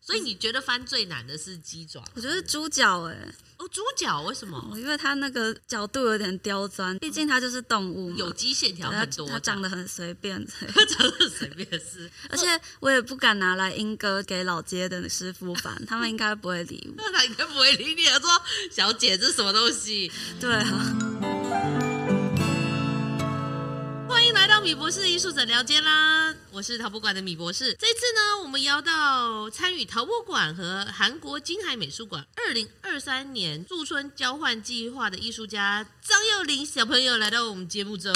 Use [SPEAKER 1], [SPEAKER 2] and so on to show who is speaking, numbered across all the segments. [SPEAKER 1] 所以你觉得翻最难的是鸡爪
[SPEAKER 2] 我觉得嗯猪脚哎、
[SPEAKER 1] 哦，猪脚为什么？
[SPEAKER 2] 因为它那个角度有点刁钻，毕竟它就是动物嘛，
[SPEAKER 1] 嗯有机线条
[SPEAKER 2] 对
[SPEAKER 1] 很
[SPEAKER 2] 它
[SPEAKER 1] 多，
[SPEAKER 2] 它长得很随便，对
[SPEAKER 1] 长得随便是，
[SPEAKER 2] 而且我也不敢拿来英歌给老街的师傅 版，他们应该不会理我。
[SPEAKER 1] 那他应该不会理你的。说小姐这是什么东西？
[SPEAKER 2] 对啊，
[SPEAKER 1] 欢迎来到米博士的艺术诊疗间啦！我是陶博馆的米博士。这次呢，我们邀到参与陶博馆和韩国金海美术馆二零二三年驻村交换计划的艺术家张幼林小朋友来到我们节目中。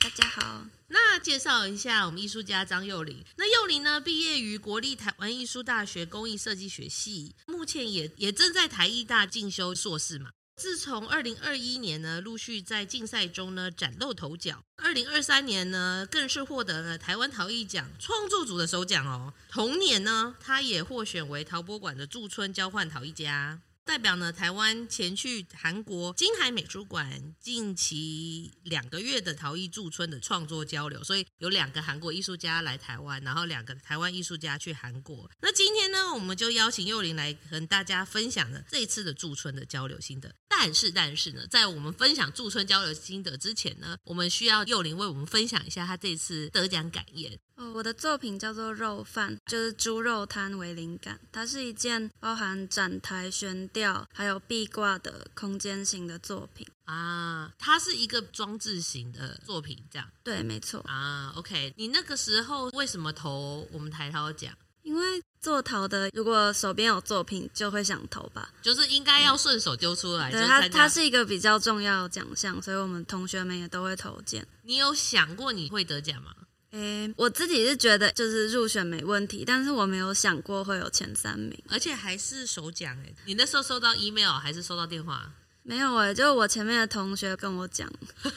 [SPEAKER 2] 大家好，
[SPEAKER 1] 那介绍一下我们艺术家张幼林。那幼林呢，毕业于国立台湾艺术大学工艺设计学系，目前也也正在台艺大进修硕士嘛。自从二零二一年呢，陆续在竞赛中呢崭露头角。二零二三年呢，更是获得了台湾陶艺奖创作组的首奖哦。同年呢，他也获选为陶博馆的驻村交换陶艺家。代表呢台湾前去韩国金海美术馆近期两个月的陶艺驻村的创作交流，所以有两个韩国艺术家来台湾，然后两个台湾艺术家去韩国。那今天呢，我们就邀请幼林来跟大家分享呢这一次的驻村的交流心得。但是但是呢，在我们分享驻村交流心得之前呢，我们需要幼林为我们分享一下他这次得奖感言。
[SPEAKER 2] 哦，我的作品叫做《肉饭》，就是猪肉摊为灵感。它是一件包含展台、悬吊还有壁挂的空间型的作品。
[SPEAKER 1] 啊，它是一个装置型的作品，这样。
[SPEAKER 2] 对，没错，
[SPEAKER 1] 啊，OK，你那个时候为什么投我们台涛奖？
[SPEAKER 2] 因为做陶的，如果手边有作品，就会想投吧。
[SPEAKER 1] 就是应该要顺手丢出来，就
[SPEAKER 2] 对
[SPEAKER 1] 是
[SPEAKER 2] 它，
[SPEAKER 1] 参加
[SPEAKER 2] 它是一个比较重要的奖项，所以我们同学们也都会投件。
[SPEAKER 1] 你有想过你会得奖吗？
[SPEAKER 2] 诶，我自己是觉得就是入选没问题，但是我没有想过会有前三名。
[SPEAKER 1] 而且还是首奖哎、你那时候收到 email 还是收到电话？
[SPEAKER 2] 没有诶，就是我前面的同学跟我讲，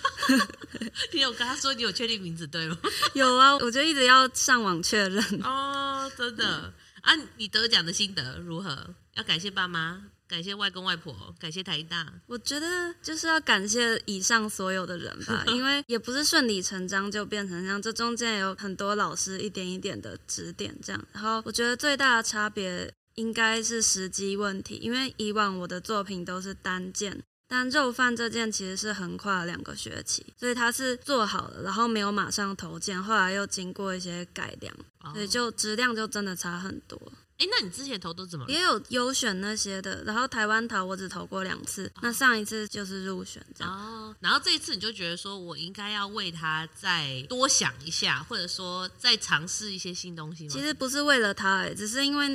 [SPEAKER 1] 你有跟他说你有确定名字对吗？
[SPEAKER 2] 有啊，我就一直要上网确认。
[SPEAKER 1] 哦，真的、啊！你得奖的心得如何？要感谢爸妈，感谢外公外婆，感谢台大。
[SPEAKER 2] 我觉得就是要感谢以上所有的人吧，因为也不是顺理成章就变成这样，这中间也有很多老师一点一点的指点这样。然后我觉得最大的差别应该是时机问题，因为以往我的作品都是单件。但肉饭这件其实是横跨两个学期，所以它是做好了，然后没有马上投件，后来又经过一些改良，
[SPEAKER 1] 哦
[SPEAKER 2] 所以就质量就真的差很多。
[SPEAKER 1] 哎、那你之前投都怎么了？
[SPEAKER 2] 也有优选那些的，然后台湾淘我只投过两次，那上一次就是入选这样。
[SPEAKER 1] 哦，然后这一次你就觉得说我应该要为他再多想一下，或者说再尝试一些新东西吗？
[SPEAKER 2] 其实不是为了他、欸，只是因为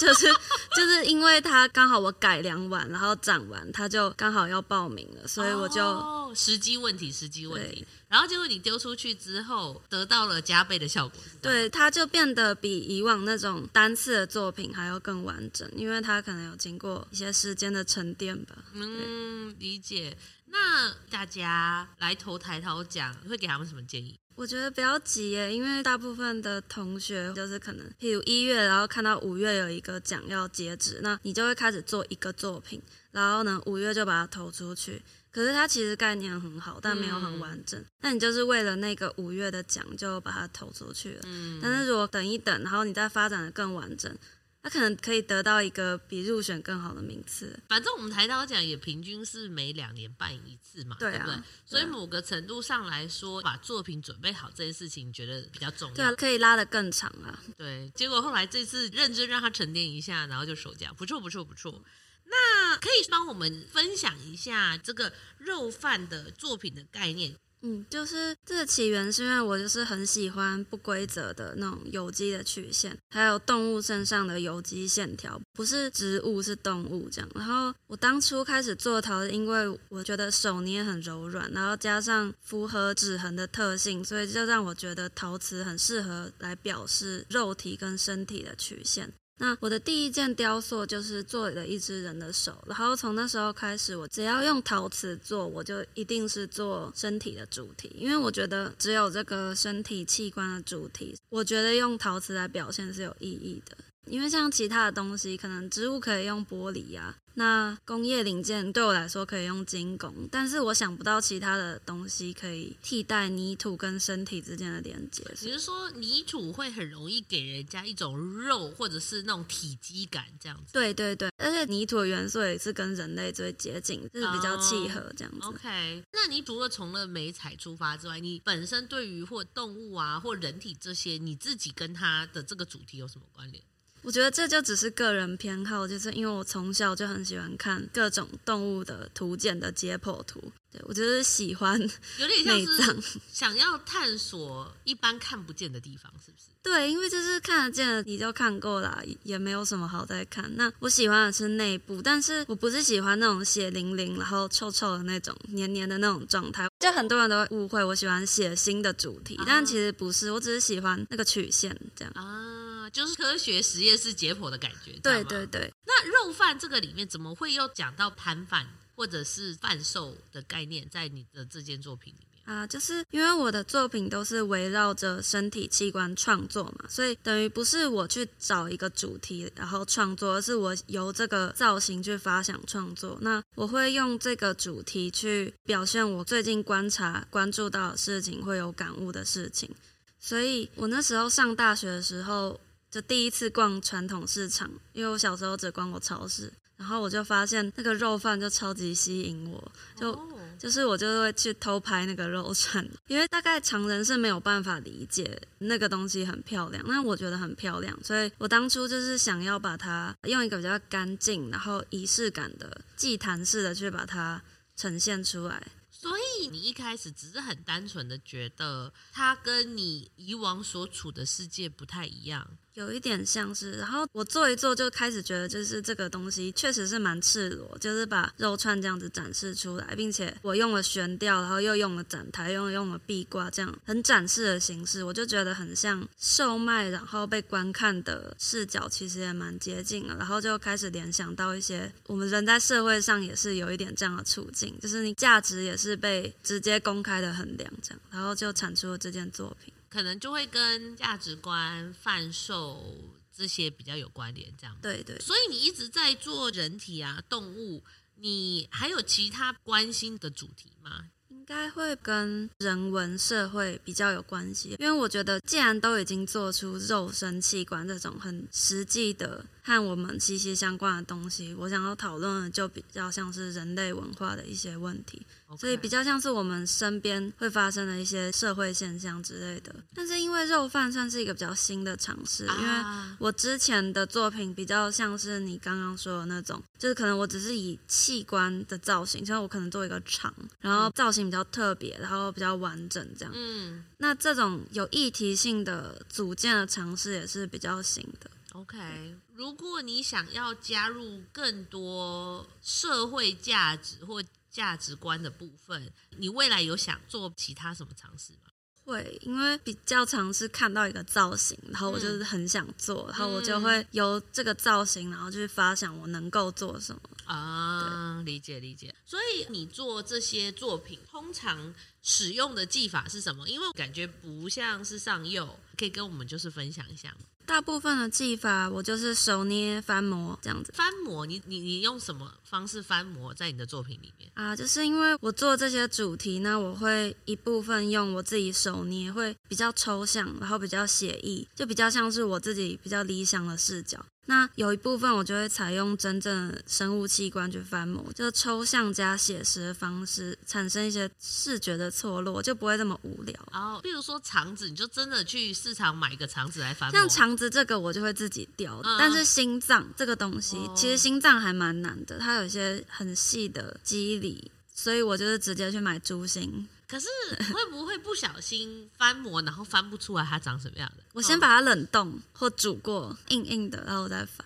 [SPEAKER 2] 就是 就是因为他刚好我改良完，然后展完，他就刚好要报名了，所以我就、
[SPEAKER 1] 哦、时机问题，时机问题
[SPEAKER 2] 对。
[SPEAKER 1] 然后结果你丢出去之后，得到了加倍的效果，是这样吗，
[SPEAKER 2] 对他就变得比以往那种单次的作品还要更完整，因为他可能有经过一些时间的沉淀吧。
[SPEAKER 1] 嗯，理解。那大家来投台淘奖，你会给他们什么建议？
[SPEAKER 2] 我觉得不要急耶，因为大部分的同学就是可能，譬如一月，然后看到五月有一个奖要截止，那你就会开始做一个作品，然后呢，五月就把它投出去。可是它其实概念很好，但没有很完整。那、你就是为了那个五月的奖就把它投出去了。但是如果等一等，然后你再发展的更完整，它可能可以得到一个比入选更好的名次。
[SPEAKER 1] 反正我们台刀奖也平均是每两年办一次嘛，
[SPEAKER 2] 对
[SPEAKER 1] 不
[SPEAKER 2] 啊
[SPEAKER 1] 对
[SPEAKER 2] 对啊？
[SPEAKER 1] 所以某个程度上来说，把作品准备好这件事情，你觉得比较重要。
[SPEAKER 2] 对啊，可以拉得更长啊。
[SPEAKER 1] 对，结果后来这次认真让他沉淀一下，然后就首奖，不错不错不
[SPEAKER 2] 嗯
[SPEAKER 1] 错。那可以帮我们分享一下这个肉饭的作品的概念？
[SPEAKER 2] 嗯，就是这个起源是因为我就是很喜欢不规则的那种有机的曲线，还有动物身上的有机线条，不是植物是动物这样。然后我当初开始做陶，是因为我觉得手捏很柔软，然后加上符合指痕的特性，所以就让我觉得陶瓷很适合来表示肉体跟身体的曲线。那我的第一件雕塑就是做了一只人的手，然后从那时候开始，我只要用陶瓷做，我就一定是做身体的主题，因为我觉得只有这个身体器官的主题，我觉得用陶瓷来表现是有意义的。因为像其他的东西，可能植物可以用玻璃呀、那工业零件对我来说可以用精工，但是我想不到其他的东西可以替代泥土跟身体之间的连接。
[SPEAKER 1] 只是说泥土会很容易给人家一种肉或者是那种体积感这样子。
[SPEAKER 2] 对对对，而且泥土的元素也是跟人类最接近，就是比较契合这样子。
[SPEAKER 1] 哦 OK，那你除了从了美彩出发之外，你本身对于或动物啊或人体这些，你自己跟它的这个主题有什么关联？
[SPEAKER 2] 我觉得这就只是个人偏好，就是因为我从小就很喜欢看各种动物的图鉴的解剖图，对我就是喜欢
[SPEAKER 1] 有点像
[SPEAKER 2] 内
[SPEAKER 1] 是
[SPEAKER 2] 脏。
[SPEAKER 1] 想要探索一般看不见的地方，是不是？
[SPEAKER 2] 对，因为就是看得见的你就看过啦，也没有什么好再看。那我喜欢的是内部，但是我不是喜欢那种血淋淋，然后臭臭的那种、黏黏的那种状态。就很多人都会误会我喜欢血腥的主题，但其实不是，我只是喜欢那个曲线这样。
[SPEAKER 1] 啊，就是科学实验室解剖的感觉。知道
[SPEAKER 2] 对
[SPEAKER 1] 吗
[SPEAKER 2] 对对，
[SPEAKER 1] 那肉贩这个里面怎么会又讲到摊贩或者是贩售的概念在你的这件作品里面？
[SPEAKER 2] 啊、就是因为我的作品都是围绕着身体器官创作嘛，所以等于不是我去找一个主题然后创作，而是我由这个造型去发想创作。那我会用这个主题去表现我最近观察、关注到的事情，会有感悟的事情。所以我那时候上大学的时候，就第一次逛传统市场，因为我小时候只逛过超市，然后我就发现那个肉贩就超级吸引我，就
[SPEAKER 1] 哦
[SPEAKER 2] 就是我就会去偷拍那个肉串， 因为大概常人是没有办法理解那个东西很漂亮，那我觉得很漂亮，所以我当初就是想要把它用一个比较干净，然后仪式感的祭坛式的去把它呈现出来。
[SPEAKER 1] 所以你一开始只是很单纯的觉得它跟你以往所处的世界不太一样，
[SPEAKER 2] 有一点像是，然后我做一做就开始觉得，就是这个东西确实是蛮赤裸，就是把肉串这样子展示出来，并且我用了悬吊，然后又用了展台，用了用了壁挂，这样很展示的形式，我就觉得很像售卖，然后被观看的视角其实也蛮接近了，然后就开始联想到一些我们人在社会上也是有一点这样的处境，就是你价值也是被直接公开的衡量这样，然后就产出了这件作品。
[SPEAKER 1] 可能就会跟价值观、贩售这些比较有关联，这样吗。
[SPEAKER 2] 对对。
[SPEAKER 1] 所以你一直在做人体啊、动物，你还有其他关心的主题吗？
[SPEAKER 2] 应该会跟人文社会比较有关系，因为我觉得既然都已经做出肉身器官这种很实际的和我们息息相关的东西，我想要讨论的就比较像是人类文化的一些问题。所以比较像是我们身边会发生的一些社会现象之类的。但是因为肉贩算是一个比较新的尝试，因为
[SPEAKER 1] 啊
[SPEAKER 2] 我之前的作品比较像是你刚刚说的那种，就是可能我只是以器官的造型，像我可能做一个长，然后造型比较特别，然后比较完整这样。
[SPEAKER 1] 嗯
[SPEAKER 2] 那这种有议题性的组件的尝试也是比较新的。
[SPEAKER 1] ，OK。如果你想要加入更多社会价值或价值观的部分，你未来有想做其他什么尝试吗？
[SPEAKER 2] 会，因为比较常是看到一个造型，然后我就是很想做，然后我就会由这个造型，然后去发想我能够做什么。
[SPEAKER 1] 啊，理解理解。所以你做这些作品，通常使用的技法是什么？因为我感觉不像是上釉，可以跟我们就是分享一下吗？
[SPEAKER 2] 大部分的技法，我就是手捏、翻模这样子。
[SPEAKER 1] 翻模，你你你用什么方式翻模在你的作品里面？
[SPEAKER 2] 啊，就是因为我做这些主题呢，我会一部分用我自己手捏，会比较抽象，然后比较写意，就比较像是我自己比较理想的视角。那有一部分我就会采用真正的生物器官去翻模，就是抽象加写实的方式，产生一些视觉的错落，就不会这么无聊。
[SPEAKER 1] 哦，比如说肠子，你就真的去市场买一个肠子来翻模。啊
[SPEAKER 2] 像肠子这个我就会自己雕，
[SPEAKER 1] 嗯
[SPEAKER 2] 但是心脏这个东西，
[SPEAKER 1] 哦
[SPEAKER 2] 其实心脏还蛮难的，它有一些很细的肌理，所以我就是直接去买猪心。
[SPEAKER 1] 可 是会不会不小心翻模，然后翻不出来它长什么样的？哦
[SPEAKER 2] 我先把它冷冻或煮过，硬硬的，然后我再翻。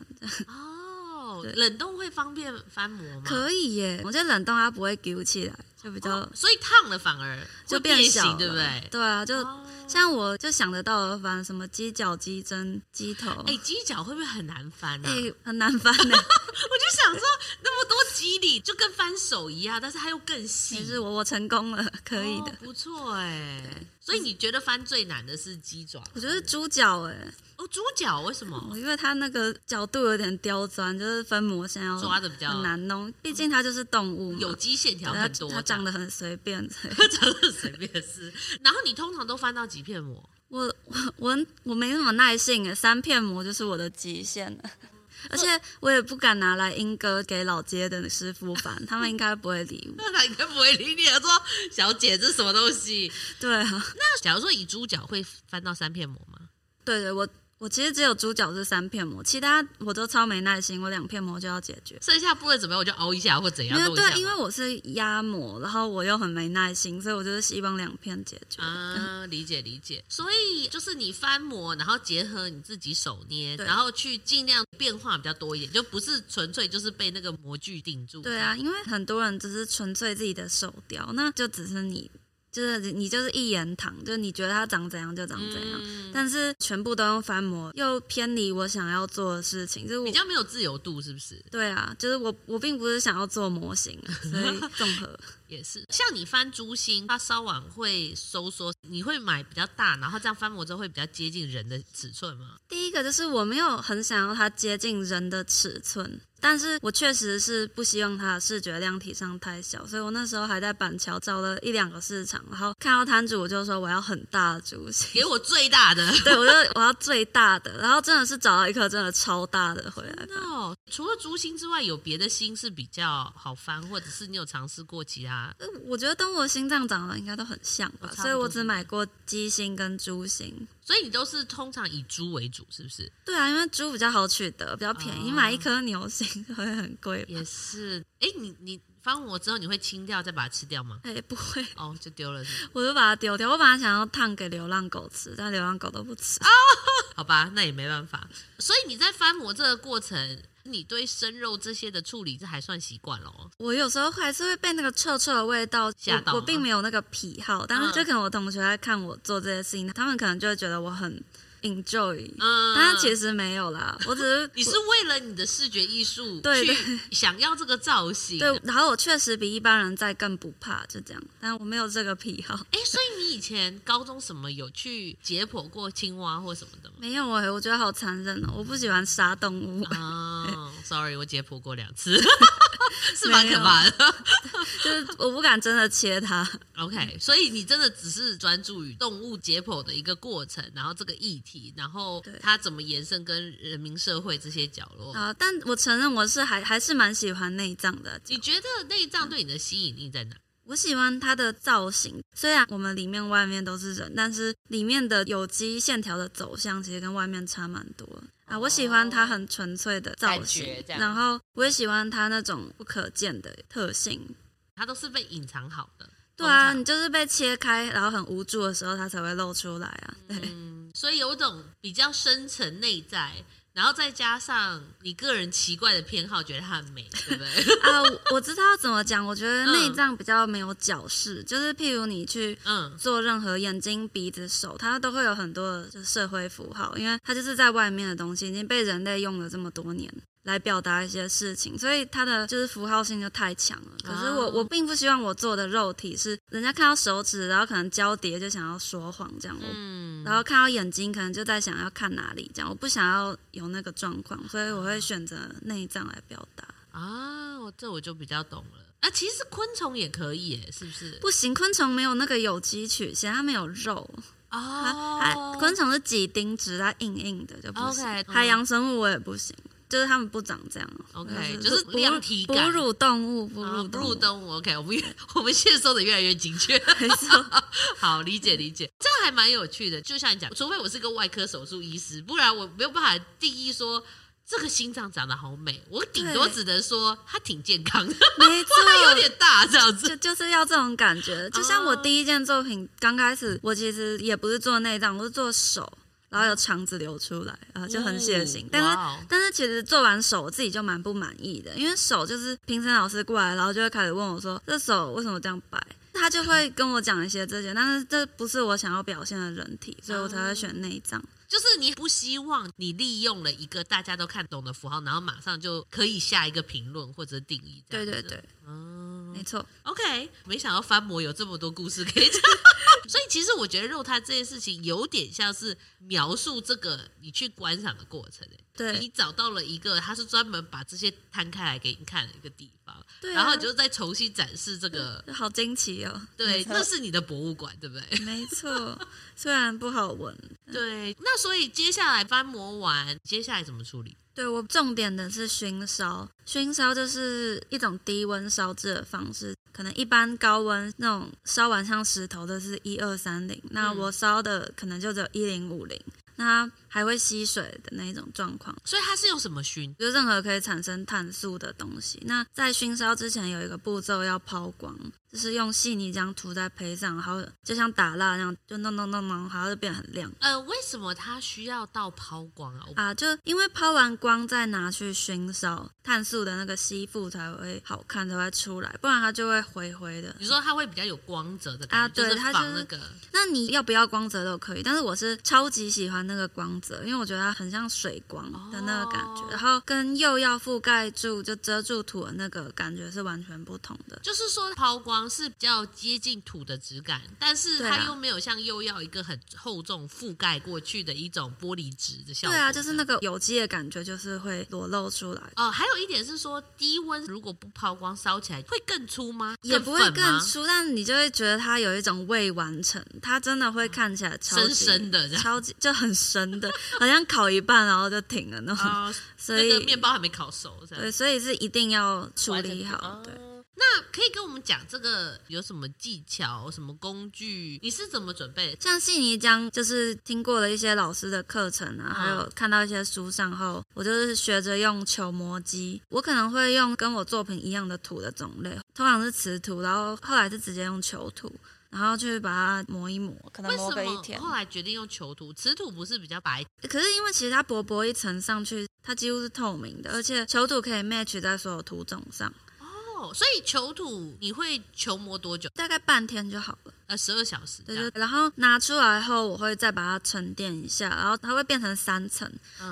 [SPEAKER 1] 哦，
[SPEAKER 2] 对
[SPEAKER 1] 冷冻会方便翻模吗？
[SPEAKER 2] 可以耶，我觉得冷冻它不会揪起来，就比较
[SPEAKER 1] 所以烫了反而
[SPEAKER 2] 就
[SPEAKER 1] 会变
[SPEAKER 2] 小
[SPEAKER 1] 形，
[SPEAKER 2] 了，
[SPEAKER 1] 对不对？
[SPEAKER 2] 对啊，就
[SPEAKER 1] 哦
[SPEAKER 2] 像我就想得到的，反正什么鸡脚、鸡胗、鸡头，
[SPEAKER 1] 哎，鸡脚会不会很难翻啊？
[SPEAKER 2] 哎很难翻 呢、
[SPEAKER 1] 我就想说，那么多肌理就跟翻手一样，但是它又更细
[SPEAKER 2] 其，实我我成功了，可以的
[SPEAKER 1] 哦。不错哎。所以你觉得翻最难的是鸡爪？
[SPEAKER 2] 我觉得猪脚哎、
[SPEAKER 1] 哦，猪脚为什么
[SPEAKER 2] 我因为它那个角度有点刁钻，就是分模线要
[SPEAKER 1] 抓的比较
[SPEAKER 2] 很难弄，毕竟它就是动物嘛，
[SPEAKER 1] 有机线条
[SPEAKER 2] 对它
[SPEAKER 1] 很多？
[SPEAKER 2] 它长得很随便。所以
[SPEAKER 1] 真的随便撕。然后你通常都翻到几片膜？
[SPEAKER 2] 我我我我没什么耐性耶，三片膜就是我的极限了。而且我也不敢拿来英哥给老街的师傅翻，他们应该不会理我。
[SPEAKER 1] 那 他应该不会理你的，说小姐这是什么东西？
[SPEAKER 2] 对啊，
[SPEAKER 1] 那假如说以猪脚会翻到三片膜吗？
[SPEAKER 2] 对对，我我其实只有猪脚是三片膜，其他我都超没耐心，我两片膜就要解决。
[SPEAKER 1] 剩下不论怎么样，我就熬一下或怎样
[SPEAKER 2] 没有
[SPEAKER 1] 弄一下吗。
[SPEAKER 2] 对，因为我是压模，然后我又很没耐心，所以我就是希望两片解决。
[SPEAKER 1] 啊，理解理解。所以就是你翻模，然后结合你自己手捏，
[SPEAKER 2] 对
[SPEAKER 1] 然后去尽量变化比较多一点，就不是纯粹就是被那个模具定住。
[SPEAKER 2] 对啊，，因为很多人只是纯粹自己的手雕，那就只是你，就是你就是一言堂，就是你觉得它长怎样就长怎样。
[SPEAKER 1] 嗯，
[SPEAKER 2] 但是全部都用翻模，又偏离我想要做的事情，就是
[SPEAKER 1] 比
[SPEAKER 2] 我
[SPEAKER 1] 较没有自由度，是不是？
[SPEAKER 2] 对啊，就是我我并不是想要做模型 啊，所以综合
[SPEAKER 1] 也是，像你翻猪心，它稍晚会收缩，你会买比较大，然后这样翻模之后会比较接近人的尺寸吗？
[SPEAKER 2] 第一个就是我没有很想要它接近人的尺寸，但是我确实是不希望它的视觉量体上太小，所以我那时候还在板桥找了一两个市场，然后看到摊主我就说我要很大的猪心，
[SPEAKER 1] 给我最大的。
[SPEAKER 2] 对，我就我要最大的，然后真的是找到一颗真的超大的回来。
[SPEAKER 1] no，除了哦猪心之外，有别的心是比较好翻，或者是你有尝试过其他？
[SPEAKER 2] 呃我觉得动物的心脏长得应该都很像
[SPEAKER 1] 哦，
[SPEAKER 2] 吧
[SPEAKER 1] 差不多
[SPEAKER 2] 所以我只买过鸡心跟猪心。
[SPEAKER 1] 所以你都是通常以猪为主，是不是？
[SPEAKER 2] 对啊，因为猪比较好取得，比较便宜，
[SPEAKER 1] 哦
[SPEAKER 2] 买一颗牛心 会很贵吧。
[SPEAKER 1] 也是，哎，你你翻我之后，你会清掉再把它吃掉吗？
[SPEAKER 2] 哎、不会，
[SPEAKER 1] 哦，就丢了是不是
[SPEAKER 2] 我就把它丢掉。我本来想要烫给流浪狗吃，但流浪狗都不吃。
[SPEAKER 1] 啊好吧，那也没办法。所以你在翻模这个过程，你对生肉这些的处理，这还算习惯哦咯。
[SPEAKER 2] 我有时候还是会被那个臭臭的味道
[SPEAKER 1] 吓到
[SPEAKER 2] 我。我
[SPEAKER 1] 吗
[SPEAKER 2] 并没有那个癖好，但是
[SPEAKER 1] 嗯
[SPEAKER 2] 就可能我同学在看我做这些事情，他们可能就会觉得我很 enjoy，、
[SPEAKER 1] 嗯，
[SPEAKER 2] 但是其实没有啦，我只是
[SPEAKER 1] 你是为了你的视觉艺术
[SPEAKER 2] 对
[SPEAKER 1] 去想要这个造型。
[SPEAKER 2] 对，然后我确实比一般人在更不怕，就这样，但我没有这个癖好。
[SPEAKER 1] 哎，所以你以前高中什么有去解剖过青蛙或什么的吗？
[SPEAKER 2] 没有哎、我觉得好残忍哦，我不喜欢杀动物，
[SPEAKER 1] 哦，sorry，我解剖过两次，是蛮可怕的。
[SPEAKER 2] 就是我不敢真的切它。
[SPEAKER 1] OK，所以你真的只是专注于动物解剖的一个过程，然后这个议题，然后
[SPEAKER 2] 对
[SPEAKER 1] 它怎么延伸跟人民社会这些角落。
[SPEAKER 2] 啊，但我承认我是还还是蛮喜欢内脏的。
[SPEAKER 1] 你觉得内脏对你的吸引力在哪？
[SPEAKER 2] 我喜欢它的造型，虽然我们里面外面都是人，但是里面的有机线条的走向其实跟外面差蛮多的啊。我喜欢它很纯粹的造
[SPEAKER 1] 哦感觉
[SPEAKER 2] 型，
[SPEAKER 1] 这样
[SPEAKER 2] 然后我也喜欢它那种不可见的特性。
[SPEAKER 1] 它都是被隐藏好的。
[SPEAKER 2] 对啊，
[SPEAKER 1] 通
[SPEAKER 2] 你就是被切开，然后很无助的时候，它才会露出来啊。
[SPEAKER 1] 嗯
[SPEAKER 2] 对，
[SPEAKER 1] 常，所以有一种比较深层内在，然后再加上你个人奇怪的偏好，觉得它很美，对不 对？
[SPEAKER 2] 啊，我我知道怎么讲。我觉得
[SPEAKER 1] 嗯
[SPEAKER 2] 内脏比较没有矫饰，就是譬如你去
[SPEAKER 1] 嗯，
[SPEAKER 2] 做任何眼睛、鼻子、手，它都会有很多的就是社会符号，因为它就是在外面的东西，已经被人类用了这么多年来表达一些事情，所以它的就是符号性就太强了。可是我
[SPEAKER 1] 哦
[SPEAKER 2] 我并不希望我做的肉体是人家看到手指，然后可能交叠就想要说谎这样，我
[SPEAKER 1] 嗯，
[SPEAKER 2] 然后看到眼睛可能就在想要看哪里这样，我不想要有那个状况，所以我会选择内脏来表达。
[SPEAKER 1] 啊，我这我就比较懂了。啊，其实昆虫也可以耶，是不是？
[SPEAKER 2] 不行，昆虫没有那个有机曲线，它没有肉，它它
[SPEAKER 1] 哦，
[SPEAKER 2] 啊昆虫是几丁质，它硬硬的就不行。
[SPEAKER 1] OK，嗯
[SPEAKER 2] 海洋生物我也不行，就是它们不长这样。啊
[SPEAKER 1] OK，
[SPEAKER 2] 我
[SPEAKER 1] 就是
[SPEAKER 2] 哺乳
[SPEAKER 1] 量体感
[SPEAKER 2] 哺乳动物，哺
[SPEAKER 1] 啊，
[SPEAKER 2] 乳
[SPEAKER 1] 哺乳
[SPEAKER 2] 动物
[SPEAKER 1] 动 物，OK，我们越我们现在说的越来越精确，
[SPEAKER 2] 没错。
[SPEAKER 1] 好理解理解，这样还蛮有趣的。就像你讲，除非我是个外科手术医师，不然我没有办法定义说这个心脏长得好美，我顶多
[SPEAKER 2] 对
[SPEAKER 1] 只能说它挺健康 的，
[SPEAKER 2] 没错，
[SPEAKER 1] 它有点哦大这样子。
[SPEAKER 2] 就就是要这种感觉。就像我第一件作品刚开始，我其实也不是做内脏，我是做手，然后有肠子流出来，然后就很血腥
[SPEAKER 1] 哦。
[SPEAKER 2] 但是
[SPEAKER 1] 哇哦
[SPEAKER 2] 但是是其实做完手自己就蛮不满意的，因为手就是评审老师过来，然后就会开始问我说这手为什么这样摆。他就会跟我讲一些这些，但是这不是我想要表现的人体，所以我才会选内脏。
[SPEAKER 1] 就是你不希望你利用了一个大家都看懂的符号，然后马上就可以下一个评论或者定义。
[SPEAKER 2] 对对对，，
[SPEAKER 1] 嗯
[SPEAKER 2] 没错。
[SPEAKER 1] ，OK，没想到翻模有这么多故事可 以讲。所以其实我觉得肉它这件事情有点像是描述这个你去观赏的过程、欸，你
[SPEAKER 2] 对
[SPEAKER 1] 找到了一个它是专门把这些摊开来给你看的一个地方，
[SPEAKER 2] 对啊、
[SPEAKER 1] 然后你就再重新展示这个，
[SPEAKER 2] 好惊奇哦，
[SPEAKER 1] 对，
[SPEAKER 2] 没错
[SPEAKER 1] 那是你的博物馆，对不 对？
[SPEAKER 2] 没错，虽然不好闻。
[SPEAKER 1] 对，那所以接下来翻模完，接下来怎么处理？
[SPEAKER 2] 对我重点的是熏烧，熏烧就是一种低温烧制的方式。可能一般高温那种烧完像石头的是一二三零，那
[SPEAKER 1] 嗯
[SPEAKER 2] 我烧的可能就只有一零五零，那它还会吸水的那一种状况。
[SPEAKER 1] 所以它是用什么熏？
[SPEAKER 2] 就任何可以产生碳素的东西。那在熏烧之前有一个步骤要抛光，就是用细泥浆涂在胚上，然后就像打蜡那样，就弄弄弄弄，然后就变得很亮
[SPEAKER 1] 呃，为什么它需要到抛光啊？我
[SPEAKER 2] 啊！就因为抛完光再拿去熏烧，碳素的那个吸附才会好看，才会出来，不然它就会灰灰的。
[SPEAKER 1] 你说它会比较有光泽的感觉，
[SPEAKER 2] 啊对
[SPEAKER 1] 就是
[SPEAKER 2] 它就
[SPEAKER 1] 仿
[SPEAKER 2] 是
[SPEAKER 1] 那个，
[SPEAKER 2] 那你要不要光泽都可以，但是我是超级喜欢那个光泽，因为我觉得它很像水光的那个感觉，
[SPEAKER 1] 哦
[SPEAKER 2] 然后跟釉要覆盖住就遮住土的那个感觉是完全不同的。
[SPEAKER 1] 就是说抛光是比较接近土的质感，但是
[SPEAKER 2] 对啊
[SPEAKER 1] 它又没有像釉药一个很厚重覆盖过去的一种玻璃质的效果。
[SPEAKER 2] 对啊，就是那个有机的感觉，就是会裸露出来，
[SPEAKER 1] 哦，还有一点是说，低温如果不抛光烧起来会更粗吗？
[SPEAKER 2] 也不会
[SPEAKER 1] 粉吗
[SPEAKER 2] 更粗，但你就会觉得它有一种未完成，它真的会看起来超级
[SPEAKER 1] 深深的这样。
[SPEAKER 2] 超级就很深的，好像烤一半然后就停了那种，
[SPEAKER 1] 啊、
[SPEAKER 2] 所
[SPEAKER 1] 那
[SPEAKER 2] 以
[SPEAKER 1] 个面包还没烤熟，这样
[SPEAKER 2] 对，所以是一定要处
[SPEAKER 1] 完成
[SPEAKER 2] 理好
[SPEAKER 1] 哦，
[SPEAKER 2] 对。
[SPEAKER 1] 那可以跟我们讲这个有什么技巧、什么工具？你是怎么准备的？
[SPEAKER 2] 像悉尼浆，就是听过了一些老师的课程啊，
[SPEAKER 1] 嗯
[SPEAKER 2] 还有看到一些书上后，我就是学着用球磨机。我可能会用跟我作品一样的土的种类，通常是瓷土，然后后来是直接用球土，然后去把它磨一磨，可能
[SPEAKER 1] 为
[SPEAKER 2] 磨
[SPEAKER 1] 什
[SPEAKER 2] 个一
[SPEAKER 1] 么
[SPEAKER 2] 天。
[SPEAKER 1] 后来决定用球土？瓷土不是比较白？
[SPEAKER 2] 可是因为其实它薄薄一层上去，它几乎是透明的，而且球土可以 match 在所有土种上，
[SPEAKER 1] 哦，所以球土你会球磨多久？
[SPEAKER 2] 大概半天就好了。
[SPEAKER 1] 呃，十二小时这
[SPEAKER 2] 对
[SPEAKER 1] 样
[SPEAKER 2] 对。，然后拿出来后，我会再把它沉淀一下，然后它会变成三层。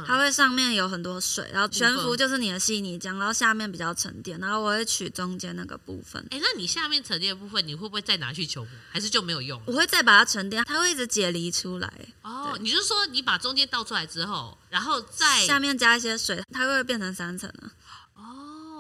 [SPEAKER 2] 它
[SPEAKER 1] 嗯，
[SPEAKER 2] 会上面有很多水，然后悬
[SPEAKER 1] 部
[SPEAKER 2] 浮
[SPEAKER 1] 分
[SPEAKER 2] 就是你的稀泥浆，然后下面比较沉淀，然后我会取中间那个部分，
[SPEAKER 1] 哎，那你下面沉淀的部分，你会不会再拿去球磨？还是就没有用
[SPEAKER 2] 我
[SPEAKER 1] 了？
[SPEAKER 2] 会再把它沉淀，它会一直解离出来，
[SPEAKER 1] 哦，
[SPEAKER 2] 对
[SPEAKER 1] 你就是说你把中间倒出来之后，然后再
[SPEAKER 2] 下面加一些水，它会变成三层啊。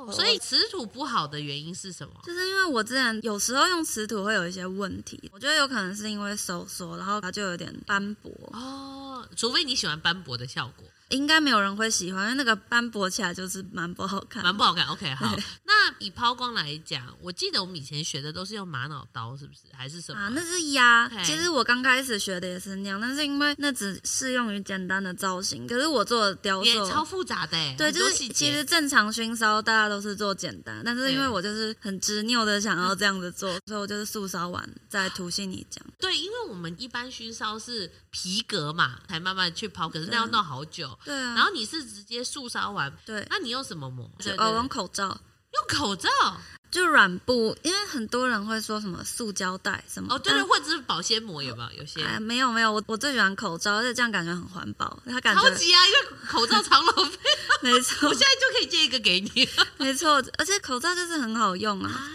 [SPEAKER 1] 哦，所以瓷土不好的原因是什么？
[SPEAKER 2] 就是因为我之前有时候用瓷土会有一些问题，我觉得有可能是因为收缩，然后它就有点斑驳，
[SPEAKER 1] 哦，除非你喜欢斑驳的效果，
[SPEAKER 2] 应该没有人会喜欢，因为那个斑驳起来就是蛮不好看的。
[SPEAKER 1] 蛮不好看。OK，好， 那以抛光来讲，我记得我们以前学的都是用玛瑙刀，是不是？还是什么？
[SPEAKER 2] 啊，那是鸭
[SPEAKER 1] 嘿。
[SPEAKER 2] 其实我刚开始学的也是那样，但是因为那只适用于简单的造型，可是我做的雕
[SPEAKER 1] 也
[SPEAKER 2] 塑
[SPEAKER 1] 超复杂的欸，
[SPEAKER 2] 对，
[SPEAKER 1] 很
[SPEAKER 2] 就
[SPEAKER 1] 多
[SPEAKER 2] 是
[SPEAKER 1] 细
[SPEAKER 2] 其
[SPEAKER 1] 节
[SPEAKER 2] 实正常熏烧大家都是做简单，但是因为
[SPEAKER 1] 对
[SPEAKER 2] 我就是很执拗的想要这样子做，所以我就是素烧完再涂杏泥浆。
[SPEAKER 1] 对，因为我们一般熏烧是皮革嘛，才慢慢去抛，可是那
[SPEAKER 2] 对
[SPEAKER 1] 要弄好久。
[SPEAKER 2] 对啊，
[SPEAKER 1] 然后你是直接素烧完，
[SPEAKER 2] 对，
[SPEAKER 1] 那你用什么磨？对对
[SPEAKER 2] 哦，
[SPEAKER 1] 对
[SPEAKER 2] 用口罩。
[SPEAKER 1] 用口罩
[SPEAKER 2] 就软布，因为很多人会说什么塑胶袋什么
[SPEAKER 1] 哦，对对，
[SPEAKER 2] 但
[SPEAKER 1] 或者是保鲜膜有没有？有些
[SPEAKER 2] 哎，没有没有，我我最喜欢口罩，而且这样感觉很环 保。它感觉
[SPEAKER 1] 超级啊，因为口罩长老费，
[SPEAKER 2] 没错
[SPEAKER 1] 我现在就可以借一个给你
[SPEAKER 2] 没错，而且口罩就是很好用 啊。
[SPEAKER 1] 啊。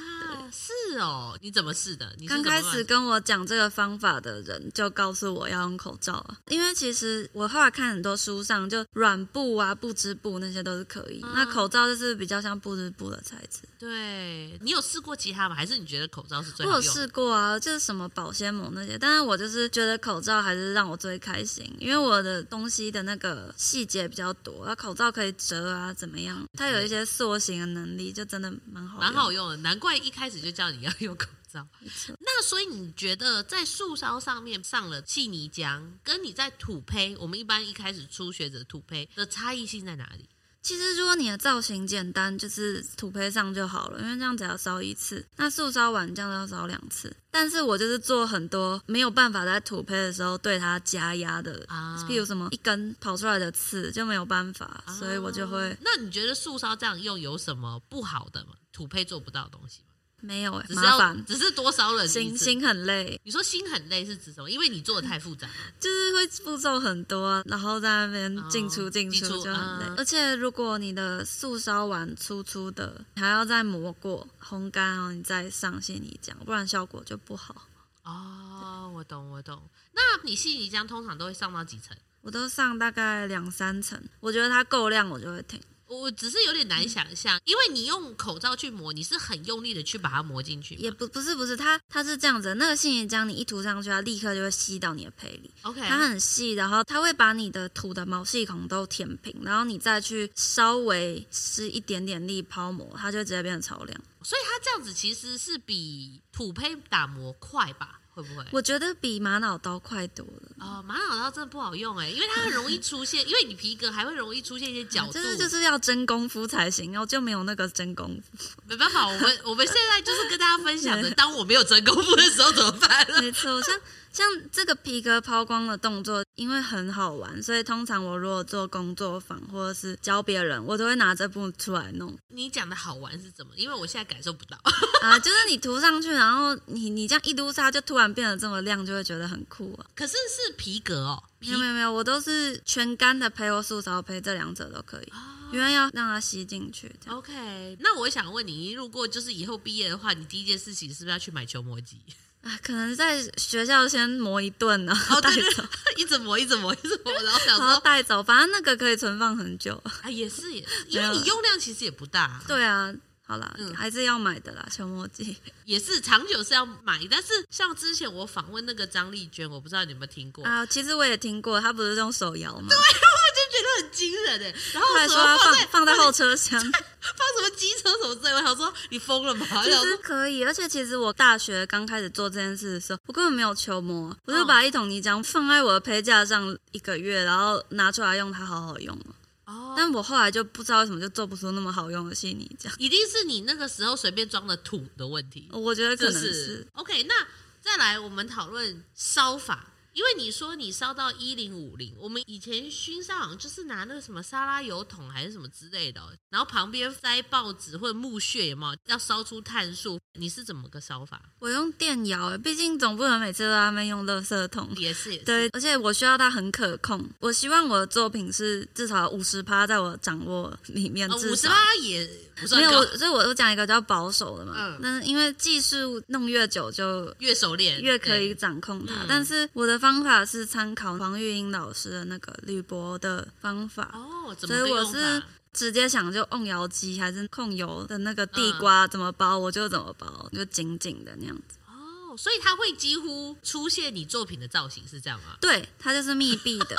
[SPEAKER 1] 是哦，你怎么试的？你是
[SPEAKER 2] 刚
[SPEAKER 1] 怎么
[SPEAKER 2] 开
[SPEAKER 1] 慢
[SPEAKER 2] 始跟我讲这个方法的人就告诉我要用口罩啊，因为其实我后来看很多书上，就软布啊、不织布那些都是可以，
[SPEAKER 1] 嗯
[SPEAKER 2] 那口罩就是比较像不织布的材质。
[SPEAKER 1] 对你有试过其他吗？还是你觉得口罩是最
[SPEAKER 2] 我
[SPEAKER 1] 好
[SPEAKER 2] 有
[SPEAKER 1] 用的？
[SPEAKER 2] 试过啊，就是什么保鲜膜那些，但是我就是觉得口罩还是让我最开心，因为我的东西的那个细节比较多，然后口罩可以折啊，怎么样？它有一些塑形的能力，就真的蛮好用，
[SPEAKER 1] 嗯蛮好用的，难怪一开始就叫你要用口罩。
[SPEAKER 2] 没错。
[SPEAKER 1] 那所以你觉得在树梢上面上了气泥浆，跟你在土坯，我们一般一开始初学者土坯的差异性在哪里？
[SPEAKER 2] 其实如果你的造型简单，就是土坯上就好了，因为这样只要烧一次。那素烧碗这样要烧两次。但是我就是做很多没有办法在土坯的时候对它加压的，
[SPEAKER 1] 啊
[SPEAKER 2] 譬如什么一根跑出来的刺就没有办法，所以我就会
[SPEAKER 1] 啊那你觉得素烧这样用有什么不好的吗？土坯做不到的东西吗？
[SPEAKER 2] 没有、欸、
[SPEAKER 1] 只是
[SPEAKER 2] 麻
[SPEAKER 1] 要
[SPEAKER 2] 烦，
[SPEAKER 1] 只是多烧了
[SPEAKER 2] 心。心很累，
[SPEAKER 1] 你说心很累是指什么？因为你做的太复杂了。
[SPEAKER 2] 就是会步骤很多，然后在那边进出
[SPEAKER 1] 哦
[SPEAKER 2] 进
[SPEAKER 1] 进
[SPEAKER 2] 出
[SPEAKER 1] 出
[SPEAKER 2] 就很累。
[SPEAKER 1] 嗯
[SPEAKER 2] 而且如果你的素烧完粗粗的，还要再磨过、烘干，然后你再上线泥浆，不然效果就不好。
[SPEAKER 1] 哦，我懂，我懂。那你细泥浆通常都会上到几层？
[SPEAKER 2] 我都上大概两三层，我觉得它够量，我就会停。
[SPEAKER 1] 我只是有点难想象，因为你用口罩去磨，你是很用力的去把它磨进去嘛。
[SPEAKER 2] 也不不是不是，它它是这样子的，那个杏泥浆你一涂上去，它立刻就会吸到你的胚里。
[SPEAKER 1] OK，
[SPEAKER 2] 它很细，然后它会把你的土的毛细孔都填平，然后你再去稍微施一点点力抛磨，它就会直接变成超量。
[SPEAKER 1] 所以它这样子其实是比土坯打磨快吧？会不会？
[SPEAKER 2] 我觉得比玛瑙刀快多了，
[SPEAKER 1] 哦，玛瑙刀真的不好用哎，因为它很容易出现，因为你皮革还会容易出现一些角度，
[SPEAKER 2] 啊就是就是要真功夫才行，然哦后就没有那个真功 夫。
[SPEAKER 1] 没办法，我们 我们现在就是跟大家分享的，当我没有真功夫的时候怎么办 呢？
[SPEAKER 2] 没错，像像这个皮革抛光的动作，因为很好玩，所以通常我如果做工作坊或者是教别人，我都会拿这布出来弄
[SPEAKER 1] 你讲的好玩是怎么？因为我现在感受不到。
[SPEAKER 2] 啊、就是你涂上去，然后你你这样一撸沙，就突然变得这么亮，就会觉得很酷啊。
[SPEAKER 1] 可是是皮革哦，
[SPEAKER 2] 没
[SPEAKER 1] 皮
[SPEAKER 2] 有没有没有，我都是全干的胚或素烧胚，这两者都可以，
[SPEAKER 1] 哦
[SPEAKER 2] 因为要让它吸进去。这样
[SPEAKER 1] OK，那我想问你，如果就是以后毕业的话，你第一件事情是不是要去买球磨 机？
[SPEAKER 2] 啊，可能在学校先磨一顿啊，然后带
[SPEAKER 1] 哦 对对
[SPEAKER 2] 走。
[SPEAKER 1] 一直磨，一直磨，一直 磨，然后想
[SPEAKER 2] 然后
[SPEAKER 1] 说
[SPEAKER 2] 带走，反正那个可以存放 很久。
[SPEAKER 1] 啊，也是也是，因
[SPEAKER 2] 没有
[SPEAKER 1] 为你
[SPEAKER 2] 了
[SPEAKER 1] 用量其实也不大，
[SPEAKER 2] 对啊，好啦，
[SPEAKER 1] 嗯
[SPEAKER 2] 还是要买的啦，球磨机。
[SPEAKER 1] 也是长久是要买。但是像之前我访问那个张丽娟，我不知道你有没有听过，
[SPEAKER 2] 啊，其实我也听过，他不是用手摇吗？
[SPEAKER 1] 就觉得很惊人哎。然后
[SPEAKER 2] 他还
[SPEAKER 1] 什
[SPEAKER 2] 说
[SPEAKER 1] 么
[SPEAKER 2] 要
[SPEAKER 1] 啊放
[SPEAKER 2] 放
[SPEAKER 1] 在
[SPEAKER 2] 放在后 车厢，
[SPEAKER 1] 放什么机车什么之类，我想说你疯了吗？我
[SPEAKER 2] 其
[SPEAKER 1] 想
[SPEAKER 2] 实
[SPEAKER 1] 说
[SPEAKER 2] 可以。而且其实我大学刚开始做这件事的时候，我根本没有球磨，我
[SPEAKER 1] 哦
[SPEAKER 2] 就把一桶泥浆放在我的杯架上一个月，然后拿出来用，它好好用了。
[SPEAKER 1] 哦，
[SPEAKER 2] 但我后来就不知道为什么就做不出那么好用的细泥浆，
[SPEAKER 1] 一定是你那个时候随便装的土的问题。
[SPEAKER 2] 我觉得可
[SPEAKER 1] 这
[SPEAKER 2] 能
[SPEAKER 1] 哦是
[SPEAKER 2] 是
[SPEAKER 1] OK。那再来，我们讨论烧法，因为你说你烧到一零五零，我们以前熏烧好像就是拿那个什么沙拉油桶还是什么之类的哦，然后旁边塞报纸或者木屑，有没有要烧出碳素？你是怎么个烧法？
[SPEAKER 2] 我用电摇，欸毕竟总不能每次都在那边用垃圾桶。
[SPEAKER 1] 也是，也哦是
[SPEAKER 2] 对，而且我需要它很可控。我希望我的作品是至少五十趴在我掌握里面，
[SPEAKER 1] 呃，
[SPEAKER 2] 至
[SPEAKER 1] 五十
[SPEAKER 2] 少。
[SPEAKER 1] 八也不算
[SPEAKER 2] 没有，
[SPEAKER 1] 高
[SPEAKER 2] 我，所以我我讲一个比较保守的嘛。
[SPEAKER 1] 嗯
[SPEAKER 2] 但是因为技术弄越久就
[SPEAKER 1] 越熟练
[SPEAKER 2] 越可
[SPEAKER 1] 对
[SPEAKER 2] 以掌控它。
[SPEAKER 1] 嗯
[SPEAKER 2] 但是我的方法是参考黄玉英老师的那个铝箔的方法，
[SPEAKER 1] 哦。怎么
[SPEAKER 2] 所以
[SPEAKER 1] 个
[SPEAKER 2] 我
[SPEAKER 1] 用
[SPEAKER 2] 是
[SPEAKER 1] 法
[SPEAKER 2] 直接想就用窑机还是控油的那个
[SPEAKER 1] 嗯
[SPEAKER 2] 地瓜怎么包我就怎么包，就紧紧的那样子。
[SPEAKER 1] 哦，所以它会几乎出现你作品的造型，是这样吗？
[SPEAKER 2] 对，它就是密闭 的。